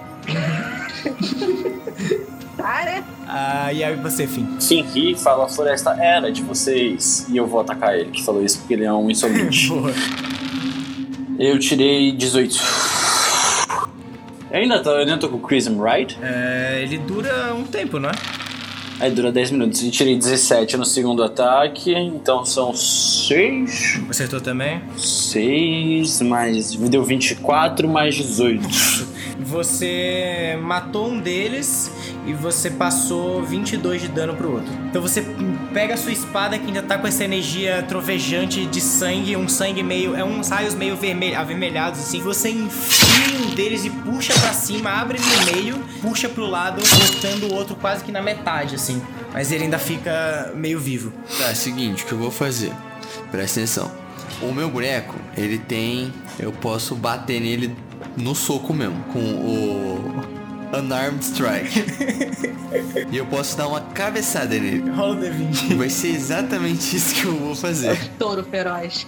tá, né? Ah, e aí você, fim. Quem ri fala a floresta era de vocês. E eu vou atacar ele, que falou isso porque ele é um insolente. Boa. eu tirei 18. Eu ainda tô, eu ainda tô com o Chrism, right? É, ele dura um tempo, não é? Aí dura 10 minutos. Eu tirei 17 no segundo ataque, então são 6. Acertou também? 6 mais. Me deu 24 mais 18. Você matou um deles e você passou 22 de dano pro outro. Então você pega a sua espada que ainda tá com essa energia trovejante de sangue, um sangue meio. É uns raios meio vermelho, avermelhados assim. Você enfia um deles e puxa pra cima, abre no meio, puxa pro lado, cortando o outro quase que na metade assim. Mas ele ainda fica meio vivo. Tá, é o seguinte, o que eu vou fazer? Presta atenção. O meu boneco, ele tem. Eu posso bater nele no soco mesmo, com o. Unarmed Strike. e eu posso dar uma cabeçada nele. Rola o D20. E vai ser exatamente isso que eu vou fazer. Touro feroz.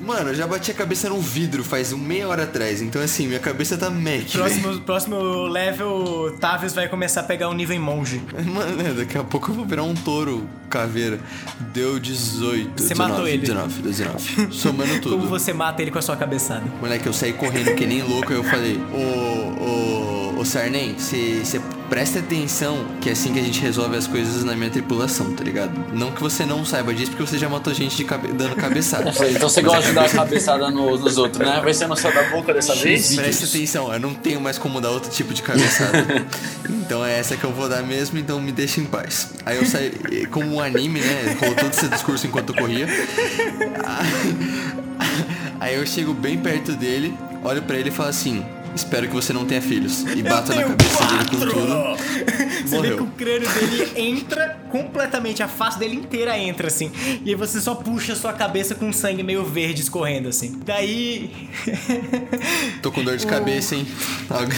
Mano, eu já bati a cabeça num vidro faz um meia hora atrás, então assim, minha cabeça tá mec. velho. Próximo, próximo level, Tavius vai começar a pegar um nível em monge. Mano, né, daqui a pouco eu vou virar um touro caveira. Deu 18. Você 19, matou ele. 19, 19. Somando tudo. Como você mata ele com a sua cabeçada. Moleque, eu saí correndo que nem louco, aí eu falei, ô, ô, ô Sarney, você presta atenção que é assim que a gente resolve as coisas na minha tripulação, tá ligado? Não que você não saiba disso, porque você já matou gente de cabe- dando cabeçada. Eu falei, então você gosta de dar a cabeçada no- nos outros, né? Vai ser no céu da boca dessa vez? Presta atenção, eu não tenho mais como dar outro tipo de cabeçada. então é essa que eu vou dar mesmo, então me deixa em paz. Aí eu saí, eh, como um anime, né? Rolou todo esse discurso enquanto eu corria. Aí eu chego bem perto dele, olho pra ele e falo assim: Espero que você não tenha filhos. E bato na cabeça dele com tudo. Você vê que o Morreu. crânio dele entra completamente, a face dele inteira entra, assim. E aí você só puxa a sua cabeça com sangue meio verde escorrendo, assim. Daí. Tô com dor de cabeça, hein? Algu-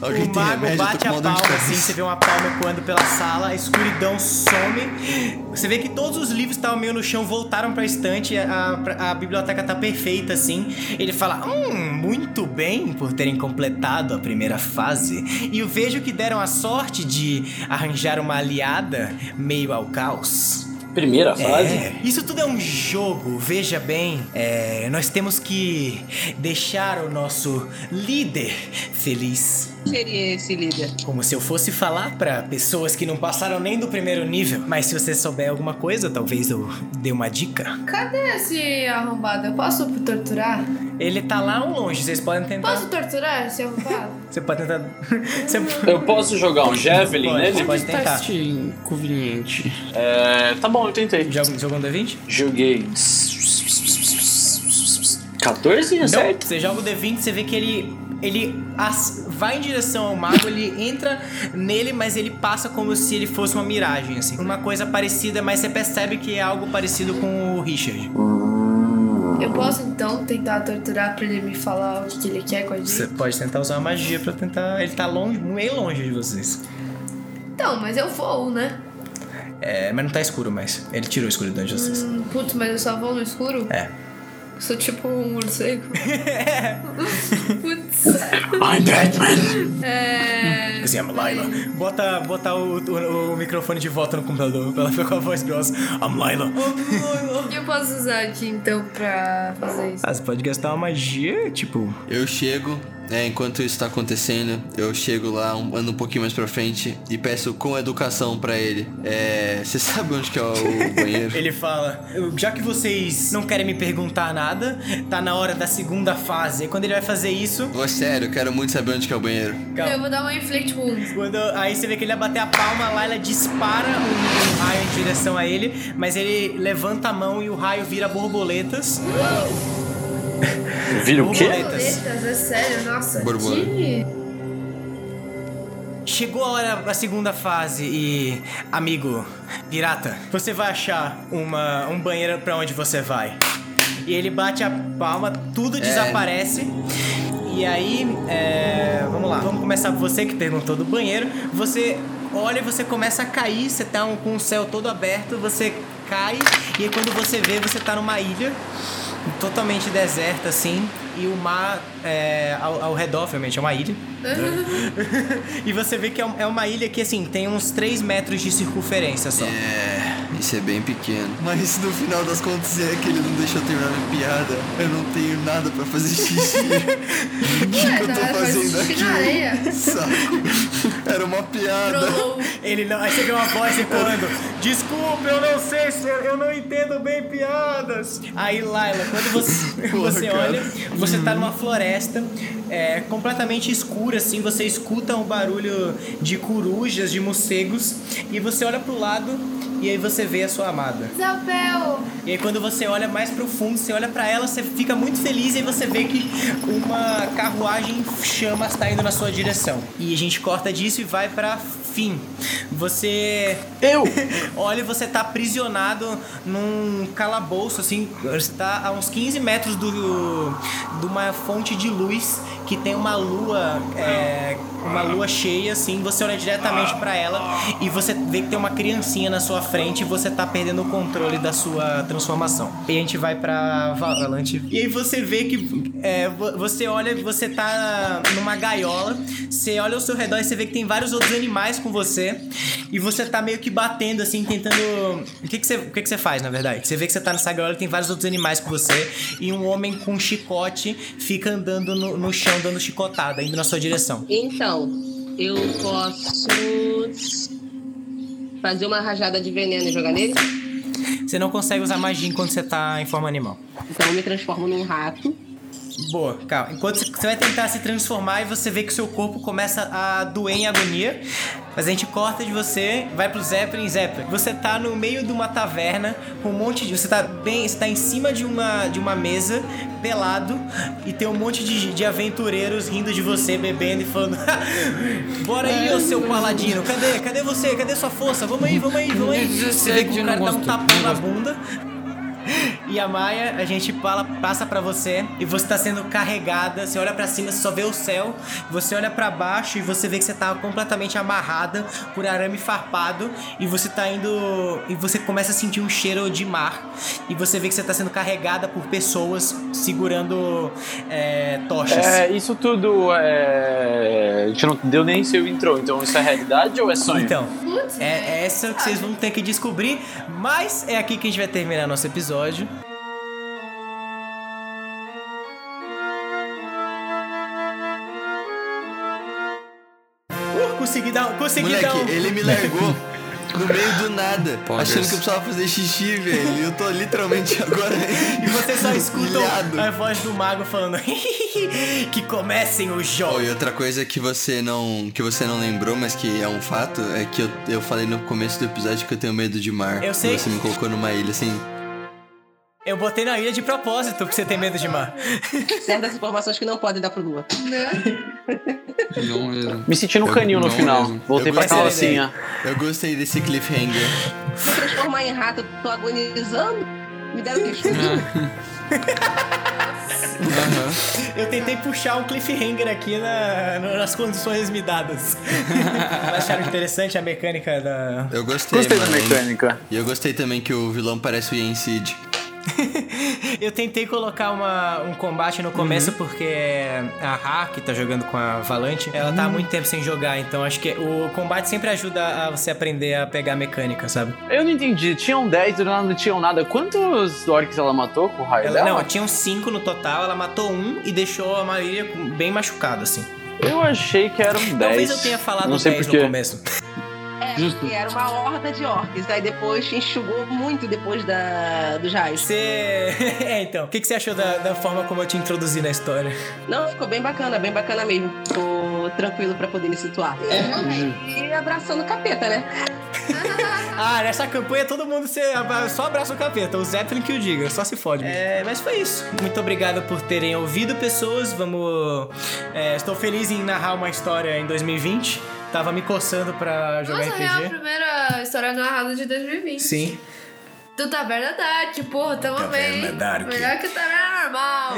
Alguém o tem mago remédio? Eu tô bate com a mal dor de palma, assim. cabeça. Você vê uma palma voando pela sala, a escuridão some. Você vê que todos os livros que estavam meio no chão voltaram pra estante. A, a- a biblioteca tá perfeita, assim. Ele fala: Hum, muito bem por terem completado a primeira fase e eu vejo que deram a sorte de arranjar uma aliada meio ao caos. Primeira fase? É, isso tudo é um jogo, veja bem. É, nós temos que deixar o nosso líder feliz. Seria esse líder. Como se eu fosse falar pra pessoas que não passaram nem do primeiro nível. Mas se você souber alguma coisa, talvez eu dê uma dica. Cadê esse arrombado? Eu posso torturar? Ele tá lá ao longe, vocês podem tentar. Posso torturar esse arrombado? Você pode tentar. Você Eu posso jogar um Javelin Pode. nele? pode Tá tentar. Teste inconveniente. É, tá bom, eu tentei. Joga, joga um D20? Tá Joguei. 14, Não, acerta? você joga o D20, você vê que ele. Ele as- vai em direção ao mago, ele entra nele, mas ele passa como se ele fosse uma miragem, assim. Uma coisa parecida, mas você percebe que é algo parecido com o Richard. Eu posso então tentar torturar pra ele me falar o que, que ele quer com a gente? Você pode tentar usar uma magia pra tentar. Ele tá longe, meio longe de vocês. Então, mas eu vou, né? É, mas não tá escuro mais. Ele tirou a escuridão de vocês. Hum, putz, mas eu só vou no escuro? É. Sou tipo um morcego. putz. I'm Batman. É. Assim, I'm Laila. Bota, bota o, o- o microfone de volta no computador pra ela ficar com a voz grossa. I'm Laila. Eu posso usar aqui então pra fazer isso. Ah, você pode gastar uma magia, tipo. Eu chego, né, enquanto isso tá acontecendo, eu chego lá, um- ando um pouquinho mais pra frente e peço com educação pra ele. É. Você sabe onde que é o banheiro? Ele fala: "Eu- já que vocês não querem me perguntar nada, tá na hora da segunda fase. E quando ele vai fazer isso, Ô, sério, eu quero muito saber onde que é o banheiro. calma. Eu vou dar uma inflict wound. Quando, aí você vê que ele vai bater a palma, a Layla dispara um, um raio em direção a ele, mas ele levanta a mão e o raio vira borboletas. Vira o quê? Borboletas. Boletas, é sério, nossa. Borboleta. que- Chegou a hora da segunda fase e. Amigo pirata, você vai achar uma, um banheiro pra onde você vai. E ele bate a palma, tudo desaparece. E aí, é, vamos lá. Vamos começar por você que perguntou do banheiro. Você olha e você começa a cair, você tá um- com o céu todo aberto, você cai e aí quando você vê, você tá numa ilha totalmente deserta assim. E o mar é, ao, ao redor, obviamente, é uma ilha. e você vê que é um- é uma ilha que, assim, tem uns 3 metros de circunferência só. É, isso é bem pequeno. Mas no final das contas é que ele não deixou eu terminar minha piada. Eu não tenho nada pra fazer xixi. O que, que eu Nada, tô faz fazendo xixi na aqui? areia. Saco. Era uma piada. Trollou. Ele não. Aí você vê uma voz ecoando. Desculpa, eu não sei, senhor, eu não entendo bem piadas. Aí, Laila, quando você, você olha, você tá numa floresta é, completamente escura, assim, você escuta um barulho de corujas, de morcegos, e você olha pro lado e aí você vê a sua amada. Isabel! E aí quando você olha mais profundo, você olha pra ela, você fica muito feliz e aí você vê que uma carruagem em chamas tá indo na sua direção. E a gente corta disso e vai pra fim. Você Eu! olha e você tá aprisionado num calabouço, assim, você tá a uns 15 metros do, de uma fonte de luz que tem uma lua, é, uma lua cheia, assim, você olha diretamente pra ela e você vê que tem uma criancinha na sua frente e você tá perdendo o controle da sua transformação. E a gente vai pra Valorant. E aí você vê que é, vo- você olha, você tá numa gaiola, você olha ao seu redor e você vê que tem vários outros animais com você. E você tá meio que batendo, assim, tentando. O que, que, você, o que, que você faz, na verdade? Você vê que você tá nessa gaiola e tem vários outros animais com você. E um homem com um chicote fica andando no, no chão, dando chicotada, indo na sua direção. Então, eu posso fazer uma rajada de veneno e jogar nele. Você não consegue usar magia enquanto você tá em forma animal. Então eu me transformo num rato. Boa, calma. Enquanto você- você vai tentar se transformar e você vê que o seu corpo começa a doer em agonia. Mas a gente corta de você, vai pro Zeppelin, Zeppelin. Você tá no meio de uma taverna com um monte de. Você tá bem. Você tá em cima de uma, de uma mesa, pelado, e tem um monte de, de aventureiros rindo de você, bebendo e falando. Bora aí, ô seu paladino, cadê? Cadê você? Cadê sua força? Vamos aí, vamos aí, vamos aí. Eu Você vê que sei, o eu cara não dá um gosto, tapão não na gosto. bunda. E a Maia, a gente fala, passa pra você e você tá sendo carregada. Você olha pra cima, você só vê o céu. Você olha pra baixo e você vê que você tá completamente amarrada por arame farpado e você tá indo e você começa a sentir um cheiro de mar e você vê que você tá sendo carregada por pessoas segurando é, tochas. É, isso tudo é. A gente não deu nem seu intro, então isso é realidade ou é sonho? Então, Putz, é essa que vocês vão ter que descobrir, mas é aqui que a gente vai terminar nosso episódio. Uh, Consegui dar, consegui dar um... Moleque, ele me largou no meio do nada, Poggers. achando que eu precisava fazer xixi, velho. E eu tô literalmente agora. E você só escuta um- humilhado. a voz do mago falando que comecem os Oh, jogos. e outra coisa que você não que você não lembrou, mas que é um fato, é que eu, eu falei no começo do episódio que eu tenho medo de mar. Eu sei. Você me colocou numa ilha assim. Eu botei na ilha de propósito, porque você tem medo de mar. Certas informações que não podem dar pro Lua. Não mesmo. Me senti no Eu- canil no não final. mesmo. Voltei Eu pra gostei da calcinha. Eu gostei desse cliffhanger. Vou transformar em rato, tô agonizando. Me deram questão. Aham. Eu tentei puxar um cliffhanger aqui na- nas condições me dadas. Mas acharam interessante a mecânica da. Eu gostei, Gostei da mano. mecânica. E eu gostei também que o vilão parece o Ian Seed. Eu tentei colocar uma- um combate no começo porque a Ha, que tá jogando com a Valante, ela tá há muito tempo sem jogar, então acho que o combate sempre ajuda a você aprender a pegar a mecânica, sabe? Eu não entendi. Tinham 10, do nada não tinham nada. Quantos orcs ela matou com o raio Ela, dela? não, tinham cinco no total, ela matou um e deixou a maioria com- bem machucada, assim. Eu achei que eram 10. Talvez eu tenha falado não sei 10 no porquê. começo. Justo. E era uma horda de orques. Aí depois enxugou muito depois da, dos raios. Você. é, então. O que, que você achou da, da forma como eu te introduzi na história? Não, ficou bem bacana, bem bacana mesmo. Tô tranquilo pra poder me situar. E abraçando o capeta, né? Ah, nessa campanha todo mundo se abra- só abraça o capeta. O Zeppelin que o diga, só se fode. É, mas foi isso. Muito obrigado por terem ouvido, pessoas. Vamos. é, estou feliz em narrar uma história em 2020. Tava me coçando pra jogar Nossa, real, a RPG. primeira história narrada de 2020. Sim. Do Taverna Dark, porra, tamo bem. Taverna Dark. Melhor que o Taverna Normal.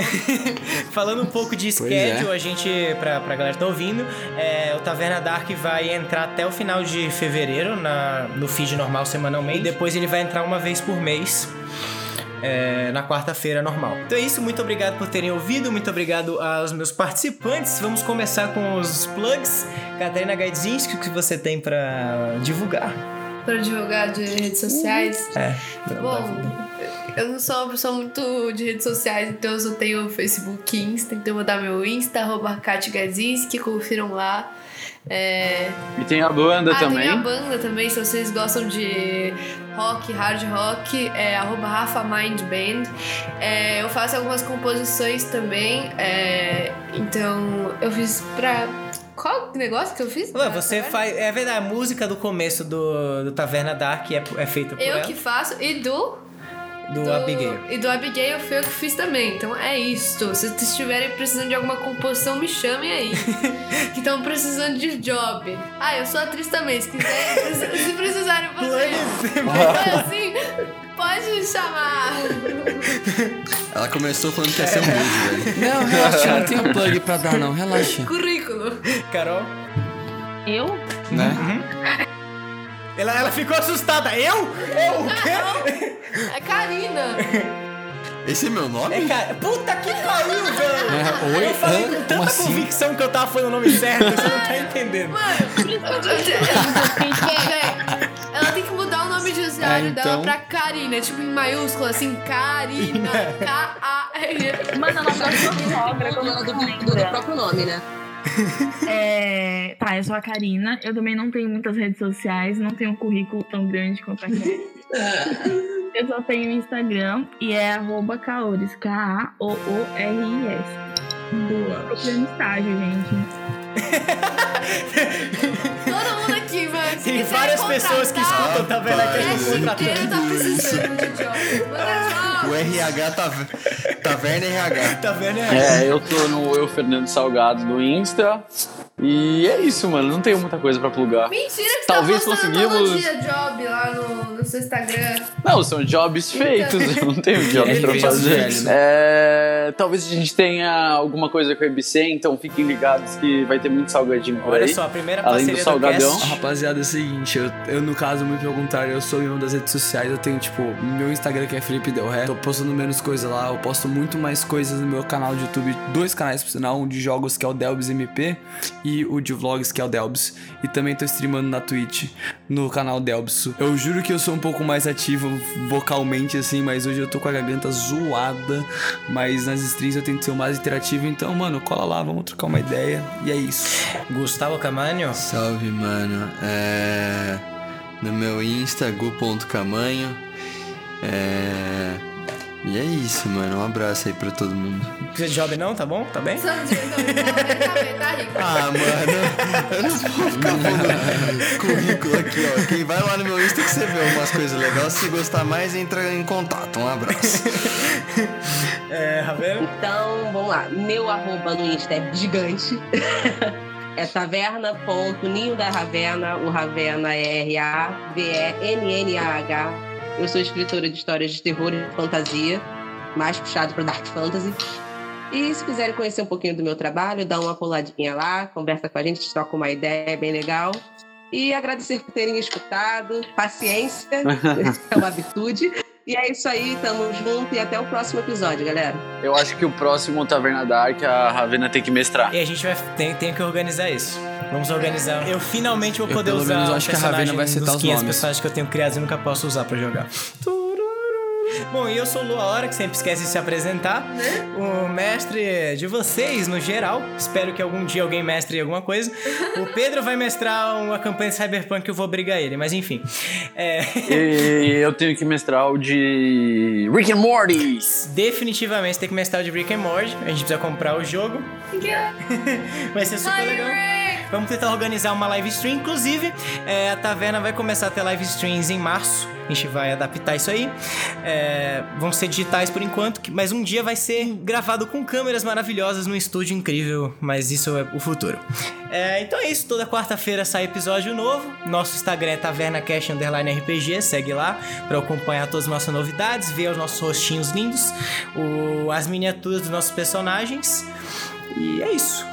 Falando um pouco de schedule, a gente, pra, pra galera que tá ouvindo, é, o Taverna Dark vai entrar até o final de fevereiro na, no feed normal semanalmente. E depois ele vai entrar uma vez por mês. é, na quarta-feira normal. Então é isso, muito obrigado por terem ouvido, muito obrigado aos meus participantes. Vamos começar com os plugs. Catarina Gaidzinski, o que você tem pra divulgar? pra divulgar de redes sociais. É, Bom, eu não sou uma pessoa muito de redes sociais, então eu só tenho o Facebook e Insta. Então eu vou dar meu Insta, arroba Kati Gazinski, confiram lá. É, E tem a banda ah, também. tem a banda também, se vocês gostam de rock, hard rock, é arroba Rafa Mind Band. É, eu faço algumas composições também, é, então eu fiz pra... Qual negócio que eu fiz? Ué, Pra você Taverna? faz. É verdade, a música do começo do, do Taverna Dark é, é feita por Eu ela, que faço, e do... do Abigail. E do Abigail foi eu que fiz também. Então é isto. Se vocês estiverem precisando de alguma composição, me chamem aí. que estão precisando de job. Ah, eu sou atriz também. Se quiserem, se precisarem fazer. Foi assim, pode me chamar. Ela começou falando que ia ser um beijo, velho. Não, relaxa, não tenho plug pra dar, não. Relaxa. Currículo. Carol? Eu? Né? Ela, ela ficou assustada. Eu? Eu? O quê? É Karina. Esse é meu nome? É, cara. Puta que pariu, velho. É, oi? Eu falei Hã? com Como tanta assim? convicção que eu tava falando o nome certo, você não tá entendendo. Véi, É, Ela tem que mudar o nome de usuário É, dela então. pra Karina. Tipo, em maiúsculo, assim, Karina. K-A-R. Mano, ela tá sogra, como Dono eu do, não do- do lembro. próprio nome, né? É, tá, eu sou a Karina. Eu também não tenho muitas redes sociais, não tenho um currículo tão grande quanto a Karina. eu só tenho Instagram e é arroba Kaoris, K-A-O-O-R-I-S. Boa. Procurando estágio, gente. Todo mundo aqui, mano. Se Tem quiser várias pessoas que contratar, escutam, tá vendo? Aqui O eu vou Brasil contratar. inteiro tá precisando de jobs. É. Manda O jobs. RH tá. Taverna RH. Tá vendo? É, eu tô no Eu Fernando Salgado do Insta. E é isso, mano. Não tenho muita coisa pra plugar. Mentira que você Talvez tá postando conseguimos- todo dia job lá no, no no seu Instagram. Não, são jobs feitos, eu não tenho jobs pra fez fazer. velho, né? É, talvez a gente tenha alguma coisa com a EBC, então fiquem ligados que vai ter muito salgadinho por Olha aí. só, a primeira Além do parceria do, salgadão. cast. Rapaziada, é o seguinte, eu, eu, no caso, muito pelo contrário, eu sou em uma das redes sociais, eu tenho, tipo, meu Instagram que é Felipe Del Ré, tô postando menos coisa lá, eu posto muito mais coisas no meu canal de YouTube, dois canais por sinal, um de jogos que é o Delbs MP e o de vlogs que é o Delbs, e também tô streamando na Twitch, no canal Delbs. Eu juro que eu sou um pouco mais ativo vocalmente, assim, mas hoje eu tô com a garganta zoada, mas nas streams eu tento ser o mais interativo, então, mano, cola lá, vamos trocar uma ideia, e é isso. Gustavo Camanho. Salve, mano. É... No meu Insta, gu.camanho. É... E é isso, mano. Um abraço aí pra todo mundo. Não precisa de job não, tá bom? Tá bem? Só um dia, não, tá bem, tá rico. Ah, mano. Eu não vou ficar pondo currículo aqui, ó. Quem vai lá no meu Insta que você vê umas coisas legais. Se gostar mais, entra em contato. Um abraço. É, Ravelo. Então, vamos lá. Meu arroba no Insta é gigante. É taverna.ninho da Ravena. O Ravena é R-A-V-E-N-N-A-H. Eu sou escritora de histórias de terror e fantasia, mais puxado para Dark Fantasy. E se quiserem conhecer um pouquinho do meu trabalho, dá uma puladinha lá, conversa com a gente, troca uma ideia, é bem legal. E agradecer por terem escutado. Paciência é uma virtude. E é isso aí, tamo junto e até o próximo episódio, galera. Eu acho que o próximo Taverna Dark, a Ravena tem que mestrar. E a gente vai tem, tem que organizar isso. Vamos organizar. Eu finalmente vou Eu, poder pelo usar menos, o acho que a personagem Ravena vai dos citar os 500 nomes. personagens que eu tenho criados e nunca posso usar pra jogar. Bom, e eu sou o Lua Hora, que sempre esquece de se apresentar. O mestre de vocês, no geral. Espero que algum dia alguém mestre alguma coisa. O Pedro vai mestrar uma campanha de Cyberpunk, eu vou brigar ele, mas enfim. É, E eu tenho que mestrar o de Rick and Morty. definitivamente tem que mestrar o de Rick and Morty. A gente precisa comprar o jogo. Vai ser super legal. Vamos tentar organizar uma live stream. Inclusive, é, a taverna vai começar a ter live streams em março. A gente vai adaptar isso aí. É, vão ser digitais por enquanto, que- mas um dia vai ser gravado com câmeras maravilhosas num estúdio incrível. Mas isso é o futuro. É, então é isso. Toda quarta-feira sai episódio novo. Nosso Instagram é tavernacast underline RPG. Segue lá para acompanhar todas as nossas novidades, ver os nossos rostinhos lindos, o- as miniaturas dos nossos personagens. E é isso.